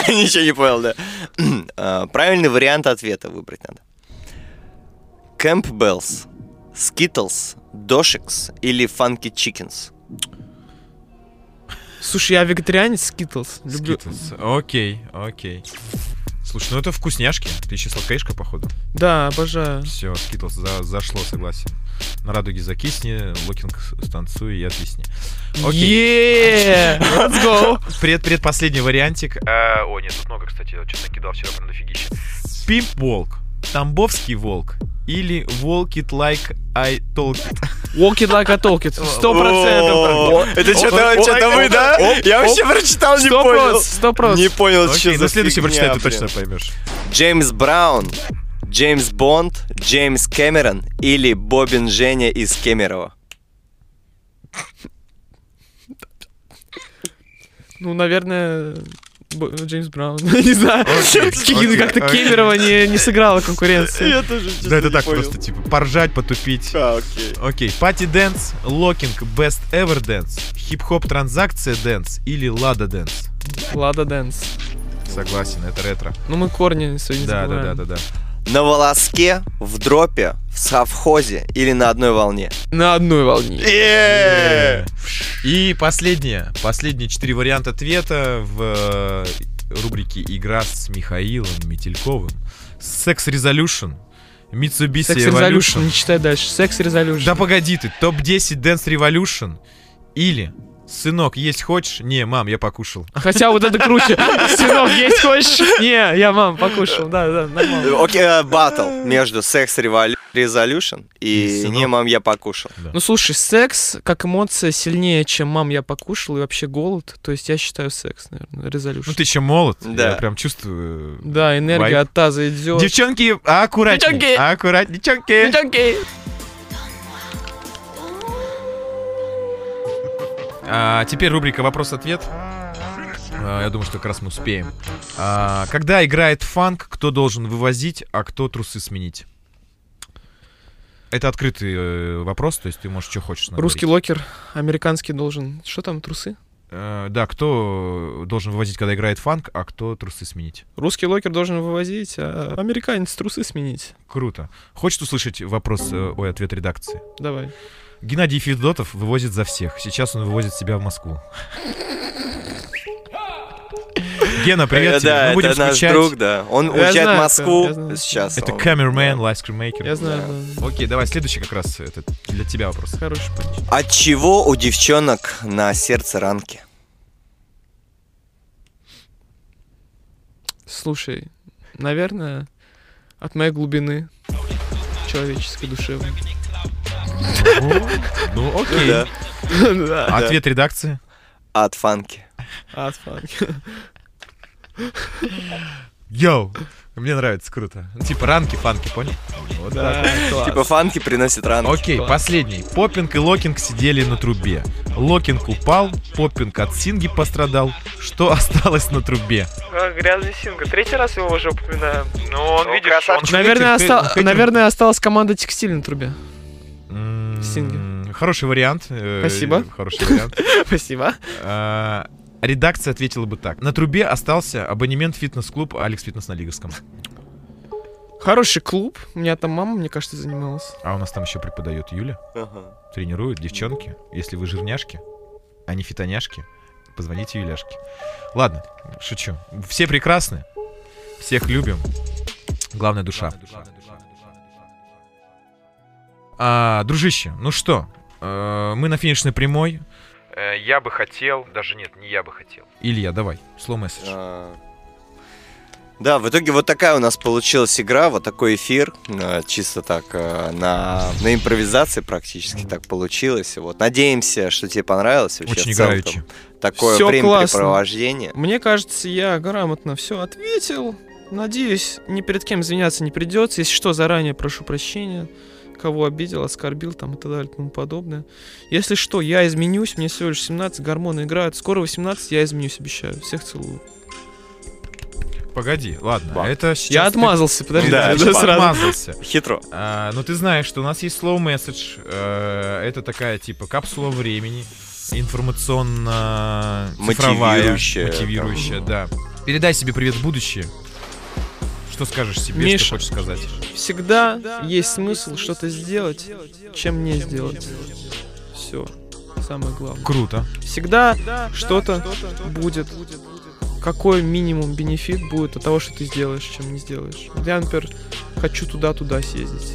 [SPEAKER 8] Ничего не понял, да. А, Правильный вариант ответа выбрать надо. Кэмпбеллс, Скитлс, Дошикс или Фанки Чикенс?
[SPEAKER 7] Слушай, я вегетарианец, Скитлс. Люблю.
[SPEAKER 5] Скитлс. Окей, окей. Слушай, ну это вкусняшки. Ты еще сладкаишка, походу.
[SPEAKER 7] Да, обожаю.
[SPEAKER 5] Все, Скитлс за- зашло, согласен. На радуге закисни, локинг станцуй и отвисни. Окей.
[SPEAKER 7] Yeah! Let's go!
[SPEAKER 5] Пред, предпоследний вариантик.
[SPEAKER 2] А, о, нет, тут много, кстати, я что-то накидал вчера прям дофигища.
[SPEAKER 5] Пимп-волк, тамбовский волк или walk it like I talk it.
[SPEAKER 7] Walk it like I talk it. Сто процентов.
[SPEAKER 8] Это
[SPEAKER 7] О,
[SPEAKER 8] что-то что-то вы, да? Я вообще прочитал, не
[SPEAKER 7] Сто
[SPEAKER 8] понял.
[SPEAKER 7] процентов. Сто
[SPEAKER 8] Не
[SPEAKER 7] процентов.
[SPEAKER 8] понял, что
[SPEAKER 5] Окей,
[SPEAKER 8] за
[SPEAKER 5] ну следующий
[SPEAKER 8] фигня,
[SPEAKER 5] прочитай, ты
[SPEAKER 8] блин.
[SPEAKER 5] точно поймешь.
[SPEAKER 8] Джеймс Браун, Джеймс Бонд, Джеймс Кэмерон или Бобин Женя из Кемерово?
[SPEAKER 7] Ну, наверное, Б- Джеймс Браун. Ну, Не знаю. Какие-
[SPEAKER 5] окей,
[SPEAKER 7] Как-то
[SPEAKER 5] окей.
[SPEAKER 7] Кемерова не не сыграла конкуренции.
[SPEAKER 8] тоже
[SPEAKER 5] Да это так просто, типа, поржать, потупить.
[SPEAKER 8] А,
[SPEAKER 5] Окей, пати дэнс, локинг, best ever дэнс, хип-хоп транзакция дэнс или лада дэнс.
[SPEAKER 7] Лада Дэнс.
[SPEAKER 5] Согласен, это ретро.
[SPEAKER 7] Ну, мы корни сегодня
[SPEAKER 5] Да, да, да,
[SPEAKER 7] забываем.
[SPEAKER 5] да, да.
[SPEAKER 8] На волоске, в дропе, в совхозе или на одной волне?
[SPEAKER 7] На одной волне.
[SPEAKER 5] Э. И последнее, последние четыре варианта ответа в э, рубрике «Игра с Михаилом Метельковым». Секс Resolution, Mitsubishi
[SPEAKER 7] Секс
[SPEAKER 5] Evolution.
[SPEAKER 7] Резолюшн, не читай дальше. Секс
[SPEAKER 5] Да
[SPEAKER 7] Резолюшн.
[SPEAKER 5] погоди ты, топ-10 Dance Revolution или «Сынок, есть хочешь?» Не, мам, я покушал.
[SPEAKER 7] Хотя вот это круче. Сынок, есть хочешь? Не, я мам покушал. Да, да, нормально.
[SPEAKER 8] Э, Окей, э, батл между секс Resolution
[SPEAKER 5] И
[SPEAKER 8] и
[SPEAKER 5] сынок.
[SPEAKER 8] «Не, мам, я покушал».
[SPEAKER 7] Ну слушай, секс как эмоция сильнее, чем мам я покушал и вообще голод. То есть я считаю секс, наверное, резолюшн.
[SPEAKER 5] Ну ты еще молод, я
[SPEAKER 8] Да.
[SPEAKER 5] прям чувствую... э,
[SPEAKER 7] Да, энергия
[SPEAKER 5] Вайп.
[SPEAKER 7] от таза Ну, идет.
[SPEAKER 5] Девчонки, аккуратнее,
[SPEAKER 7] Девчонки!
[SPEAKER 5] аккуратнее, девчонки.
[SPEAKER 7] Девчонки!
[SPEAKER 5] А, теперь рубрика «Вопрос-ответ». А, я думаю, что как раз мы успеем. А, когда играет фанк, кто должен вывозить, а кто трусы сменить? Это открытый э, вопрос, то есть ты можешь что хочешь наговорить.
[SPEAKER 7] Русский локер, американский должен. Что там, трусы?
[SPEAKER 5] Э, да, кто должен вывозить, когда играет фанк, а кто трусы сменить?
[SPEAKER 7] Русский локер должен вывозить, а американец трусы сменить.
[SPEAKER 5] Круто. Хочет услышать вопрос, э, ой, ответ редакции?
[SPEAKER 7] Давай.
[SPEAKER 5] Геннадий Федотов вывозит за всех. Сейчас он вывозит себя в Москву. Гена, привет тебе.
[SPEAKER 8] Э, Да,
[SPEAKER 5] Мы будем
[SPEAKER 8] это наш
[SPEAKER 5] скучать.
[SPEAKER 8] друг, да. Он
[SPEAKER 5] Я
[SPEAKER 8] уезжает
[SPEAKER 5] знаю
[SPEAKER 8] в
[SPEAKER 5] это,
[SPEAKER 8] Москву
[SPEAKER 5] я знаю.
[SPEAKER 8] сейчас.
[SPEAKER 5] Это
[SPEAKER 8] он-
[SPEAKER 5] камермен, лайфскримейкер.
[SPEAKER 7] Я знаю,
[SPEAKER 5] Окей, давай, следующий как раз это для тебя вопрос.
[SPEAKER 7] Хороший
[SPEAKER 8] От чего у девчонок на сердце ранки?
[SPEAKER 7] Слушай, наверное, от моей глубины человеческой душевной.
[SPEAKER 5] Ну, окей.
[SPEAKER 8] Да.
[SPEAKER 7] Да.
[SPEAKER 5] А
[SPEAKER 7] А,
[SPEAKER 5] Ответ редакции?
[SPEAKER 8] От фанки.
[SPEAKER 5] А-
[SPEAKER 7] От фанки.
[SPEAKER 5] Йоу! Мне нравится, круто. Типа ранки, фанки, понял? Вот
[SPEAKER 7] Да,
[SPEAKER 5] так.
[SPEAKER 7] класс.
[SPEAKER 8] Типа фанки приносит ранки.
[SPEAKER 5] Окей, последний. Поппинг и Локинг сидели на трубе. Локинг упал, Поппинг от Синги пострадал. Что осталось на трубе?
[SPEAKER 6] А, Грязный сингл. Третий раз его уже упоминаем. Ну, он, видишь, он
[SPEAKER 7] Наверное,
[SPEAKER 5] Хейтер,
[SPEAKER 7] оста-
[SPEAKER 5] хейтер.
[SPEAKER 7] наверное, осталась команда текстиль на трубе.
[SPEAKER 5] М,
[SPEAKER 7] Синги.
[SPEAKER 5] Хороший вариант. э,
[SPEAKER 7] Спасибо.
[SPEAKER 5] Хороший вариант.
[SPEAKER 7] Спасибо.
[SPEAKER 5] А, Редакция ответила бы так. На трубе остался абонемент фитнес-клуб Алекс Фитнес на Лиговском.
[SPEAKER 7] Хороший клуб. У меня там мама, мне кажется, занималась.
[SPEAKER 5] А у нас там еще преподает Юля.
[SPEAKER 8] Ага.
[SPEAKER 5] Тренирует девчонки. Если вы жирняшки, а не фитоняшки, позвоните Юляшке. Ладно, шучу. Все прекрасны. Всех любим. Главное душа. А, дружище, ну что, э, мы на финишной прямой.
[SPEAKER 2] Э, Я бы хотел, даже нет, не я бы хотел.
[SPEAKER 5] Илья, давай, слоу месседж.
[SPEAKER 8] А, Да, в итоге вот такая у нас получилась игра, вот такой эфир, э, чисто так э, на, на импровизации практически так получилось. Вот. Надеемся, что тебе понравилось. вообще
[SPEAKER 5] Очень
[SPEAKER 8] в целом
[SPEAKER 5] играюче.
[SPEAKER 8] Такое
[SPEAKER 7] Всё
[SPEAKER 8] времяпрепровождение.
[SPEAKER 7] Мне кажется, я грамотно все ответил. Надеюсь, ни перед кем извиняться не придется. Если что, заранее прошу прощения. Кого обидел, оскорбил там и так далее и тому подобное. Если что, я изменюсь. Мне всего лишь 17, гормоны играют. Скоро 18, я изменюсь, обещаю. Всех целую.
[SPEAKER 5] Погоди, ладно,
[SPEAKER 8] Ба.
[SPEAKER 5] это сейчас...
[SPEAKER 7] я
[SPEAKER 5] ты-
[SPEAKER 7] отмазался, подожди.
[SPEAKER 8] Да,
[SPEAKER 5] Да,
[SPEAKER 7] я
[SPEAKER 8] это
[SPEAKER 7] сразу.
[SPEAKER 5] отмазался.
[SPEAKER 8] Хитро.
[SPEAKER 5] А, но ты знаешь, что у нас есть slow message. э, это такая типа капсула времени, информационно цифровая,
[SPEAKER 8] Мотивирующая,
[SPEAKER 5] мотивирующая, да. Передай себе привет в будущее. Что скажешь себе,
[SPEAKER 7] Миша.
[SPEAKER 5] что хочешь сказать?
[SPEAKER 7] Всегда есть смысл что-то сделать, чем не сделать. Все. Самое главное.
[SPEAKER 5] Круто.
[SPEAKER 7] Всегда что-то будет. Какой минимум бенефит будет от того, что ты сделаешь, чем не сделаешь. Я, например, хочу туда-туда съездить.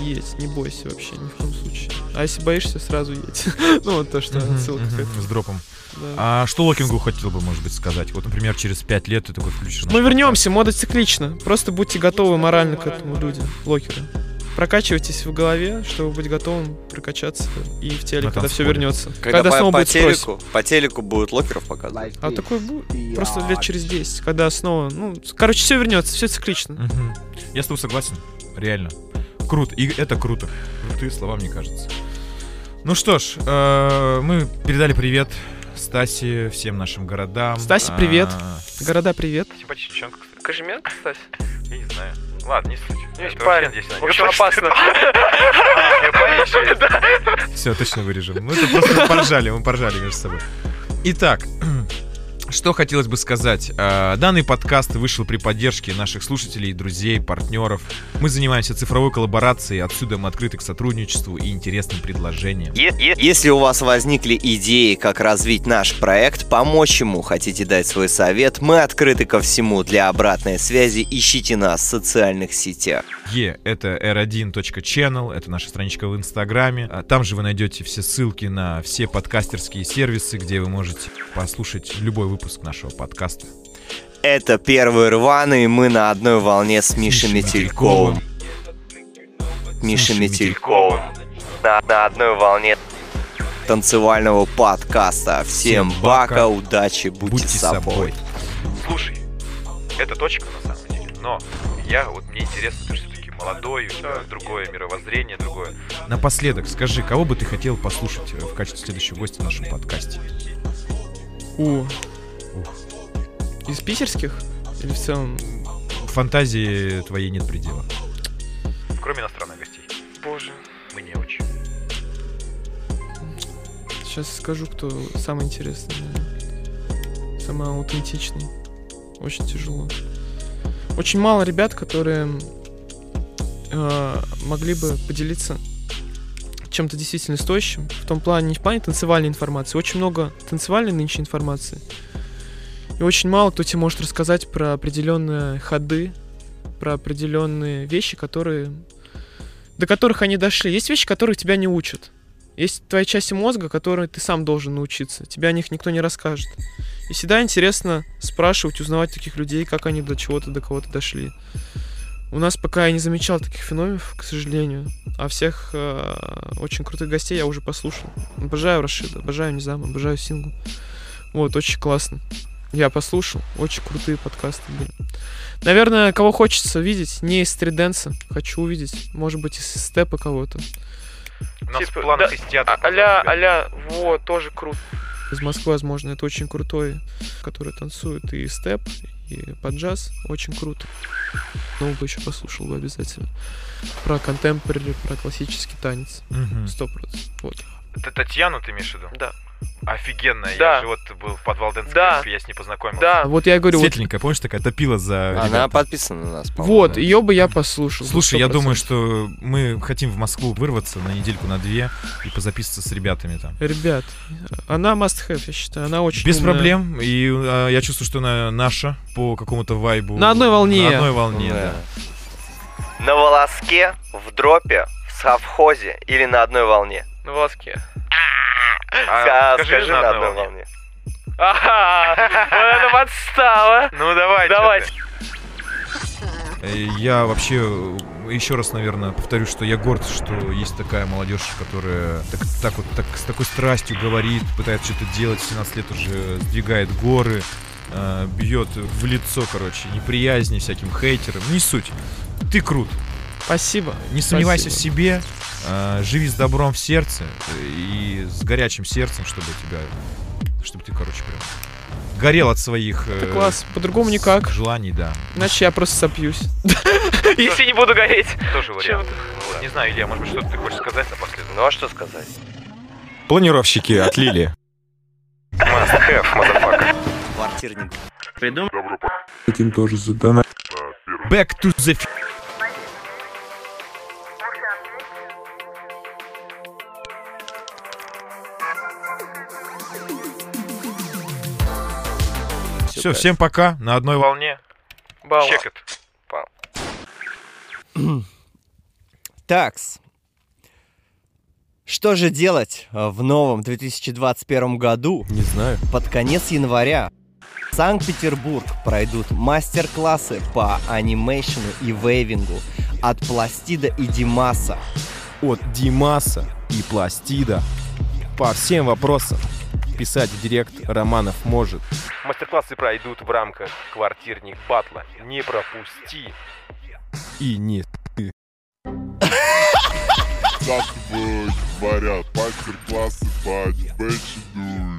[SPEAKER 7] Есть, не бойся вообще, ни в коем случае. А если боишься, сразу едь. Ну, вот то, что
[SPEAKER 5] Мгм,
[SPEAKER 7] отсылка
[SPEAKER 5] мгм,
[SPEAKER 7] к этому.
[SPEAKER 5] с дропом.
[SPEAKER 7] Да.
[SPEAKER 5] А что Локингу хотел бы, может быть, сказать? Вот, например, через пять лет ты такой включишь. наш
[SPEAKER 7] Мы
[SPEAKER 5] подкаст.
[SPEAKER 7] вернемся, мода циклична. Просто будьте готовы морально к этому, люди, локеры. Прокачивайтесь в голове, чтобы быть готовым прокачаться и в теле,
[SPEAKER 5] На
[SPEAKER 7] когда все
[SPEAKER 5] танцполе.
[SPEAKER 7] вернется.
[SPEAKER 8] Когда,
[SPEAKER 7] Когда,
[SPEAKER 8] по,
[SPEAKER 7] снова
[SPEAKER 8] по
[SPEAKER 7] будет спрос.
[SPEAKER 8] телеку, по телеку будут локеров показывать.
[SPEAKER 7] А такой будет просто лет через 10, когда снова, ну, с- короче, все вернется, все циклично.
[SPEAKER 5] Мгм. Я с тобой согласен. Реально. Круто. И это круто. Крутые слова, мне кажется. Ну что ж, э, мы передали привет Стасе, всем нашим городам.
[SPEAKER 7] Стасе, привет.
[SPEAKER 5] А,
[SPEAKER 7] Города, привет.
[SPEAKER 2] Симпатичная девчонка, кстати.
[SPEAKER 6] Кожеменко, кстати?
[SPEAKER 2] Я не знаю. Ладно, не суть.
[SPEAKER 6] Есть
[SPEAKER 2] Это
[SPEAKER 6] Ну, парень.
[SPEAKER 2] вообще здесь-
[SPEAKER 6] В общем,
[SPEAKER 2] Я
[SPEAKER 6] опасно.
[SPEAKER 8] А,
[SPEAKER 2] Я парень еще есть.
[SPEAKER 5] Все, точно вырежем. Мы тут просто поржали, мы поржали между собой. Итак, что хотелось бы сказать. Э, Данный подкаст вышел при поддержке наших слушателей, друзей, партнеров. Мы занимаемся цифровой коллаборацией, отсюда мы открыты к сотрудничеству и интересным предложениям.
[SPEAKER 8] Е- е- Если у вас возникли идеи, как развить наш проект, помочь ему, хотите дать свой совет, мы открыты ко всему. Для обратной связи ищите нас в социальных сетях.
[SPEAKER 5] Е это r1.channel, это наша страничка в Инстаграме. А Там же вы найдете все ссылки на все подкастерские сервисы, где вы можете послушать любой выпуск нашего подкаста.
[SPEAKER 8] Это первый рваный, мы на одной волне с Мишей Метельковым. Миша
[SPEAKER 5] Мишей
[SPEAKER 8] Метельковым. На, на одной волне танцевального подкаста. Всем
[SPEAKER 5] Всем
[SPEAKER 8] бака,
[SPEAKER 5] бака.
[SPEAKER 8] удачи, будьте,
[SPEAKER 5] Будьте
[SPEAKER 8] собой.
[SPEAKER 5] собой.
[SPEAKER 2] Слушай, это точка на самом деле. Но я, вот мне интересно, ты все-таки молодой, у тебя другое мировоззрение, другое.
[SPEAKER 5] Напоследок, скажи, кого бы ты хотел послушать э, в качестве следующего гостя в нашем подкасте?
[SPEAKER 7] У. Из питерских? Или в целом?
[SPEAKER 5] Фантазии твоей нет предела.
[SPEAKER 2] Кроме иностранных гостей.
[SPEAKER 6] Боже.
[SPEAKER 2] Мы не очень.
[SPEAKER 7] Сейчас скажу, кто самый интересный. наверное. Самый аутентичный. Очень тяжело. Очень мало ребят, которые э, могли бы поделиться чем-то действительно стоящим. В том плане, не в плане танцевальной информации. Очень много танцевальной нынче информации. И очень мало кто тебе может рассказать про определенные ходы, про определенные вещи, которые до которых они дошли. Есть вещи, которых тебя не учат. Есть твои части мозга, которые ты сам должен научиться. Тебя о них никто не расскажет. И всегда интересно спрашивать, узнавать таких людей, как они до чего-то, до кого-то дошли. У нас пока я не замечал таких феноменов, к сожалению. А всех э, очень крутых гостей я уже послушал. Обожаю Рашида, обожаю Низам, обожаю Сингу. Вот, очень классно. Я послушал. Очень крутые подкасты были. Наверное, кого хочется видеть, не из стриденса. Хочу увидеть. Может быть, из степа кого-то.
[SPEAKER 2] У нас в планах из театра.
[SPEAKER 7] Типа, А, Аля, аля, вот, тоже круто. Из Москвы, возможно, это очень крутой, который танцует и степ, и под джаз. Очень круто. Ну, бы еще послушал бы обязательно. Про контемпорари, про классический танец.
[SPEAKER 5] Мгм.
[SPEAKER 7] Сто процентов. Вот.
[SPEAKER 2] Т- Татьяну ты имеешь в виду?
[SPEAKER 6] Да.
[SPEAKER 2] Офигенно, я
[SPEAKER 6] Да.
[SPEAKER 2] же вот был в подвал Дэнс
[SPEAKER 6] Да.
[SPEAKER 2] я с ней познакомился.
[SPEAKER 7] Да. Вот я и говорю, вот,
[SPEAKER 5] Светленькая, помнишь, такая топила за...
[SPEAKER 8] Она
[SPEAKER 5] ребят?
[SPEAKER 8] подписана на нас, по-моему.
[SPEAKER 7] вот ее бы я послушал. бы,
[SPEAKER 5] Слушай, я
[SPEAKER 7] 100%.
[SPEAKER 5] думаю, что мы хотим в Москву вырваться на недельку, на две и позаписываться с ребятами там.
[SPEAKER 7] Ребят, она must have, я считаю. Она очень
[SPEAKER 5] Без
[SPEAKER 7] умная.
[SPEAKER 5] проблем. И а, я чувствую, что она наша по какому-то вайбу.
[SPEAKER 7] На одной волне.
[SPEAKER 5] На одной волне, да.
[SPEAKER 8] На волоске, в дропе, в совхозе или на одной волне?
[SPEAKER 6] На волоске.
[SPEAKER 2] А,
[SPEAKER 8] Ска- скажи на одной
[SPEAKER 2] волне.
[SPEAKER 8] волне.
[SPEAKER 6] Ага, вот это подстава.
[SPEAKER 2] Ну давай.
[SPEAKER 6] Давай.
[SPEAKER 2] чё ты.
[SPEAKER 5] Э, Я вообще э, еще раз, наверное, повторю, что я горд, что есть такая молодежь, которая так, так вот так, с такой страстью говорит, пытается что-то делать, в 17 лет уже сдвигает горы, э, бьет в лицо, короче, неприязни всяким хейтерам. Не суть. Ты крут.
[SPEAKER 7] Спасибо.
[SPEAKER 5] Не сомневайся
[SPEAKER 7] Спасибо.
[SPEAKER 5] в себе, э, живи с добром в сердце э, и с горячим сердцем, чтобы тебя, чтобы ты, короче, прям горел от своих э,
[SPEAKER 7] Это класс. По-другому никак.
[SPEAKER 5] желаний, да.
[SPEAKER 7] Иначе я просто сопьюсь.
[SPEAKER 6] Если не буду гореть.
[SPEAKER 2] Тоже вариант. Вот, Не знаю, Илья, может быть, что-то ты хочешь сказать напоследок?
[SPEAKER 8] Ну а что сказать?
[SPEAKER 9] Планировщики отлили.
[SPEAKER 8] Квартирник.
[SPEAKER 6] Придумал.
[SPEAKER 1] Добро
[SPEAKER 3] Хотим тоже задонать.
[SPEAKER 5] Back to the f- Все, всем пока, на одной волне.
[SPEAKER 2] Вполне.
[SPEAKER 6] Бала.
[SPEAKER 2] Чекет.
[SPEAKER 8] Такс. Что же делать э, в новом 2021 году?
[SPEAKER 9] Не знаю.
[SPEAKER 8] Под конец января в Санкт-Петербург пройдут мастер-классы по анимейшену и вейвингу от Пластида и Димаса.
[SPEAKER 9] От Димаса и Пластида. По всем вопросам писать в директ Романов может.
[SPEAKER 2] Мастер-классы пройдут в рамках квартирник батла. Не пропусти.
[SPEAKER 9] И не ты.
[SPEAKER 1] Так говорят, мастер-классы по анимейшену.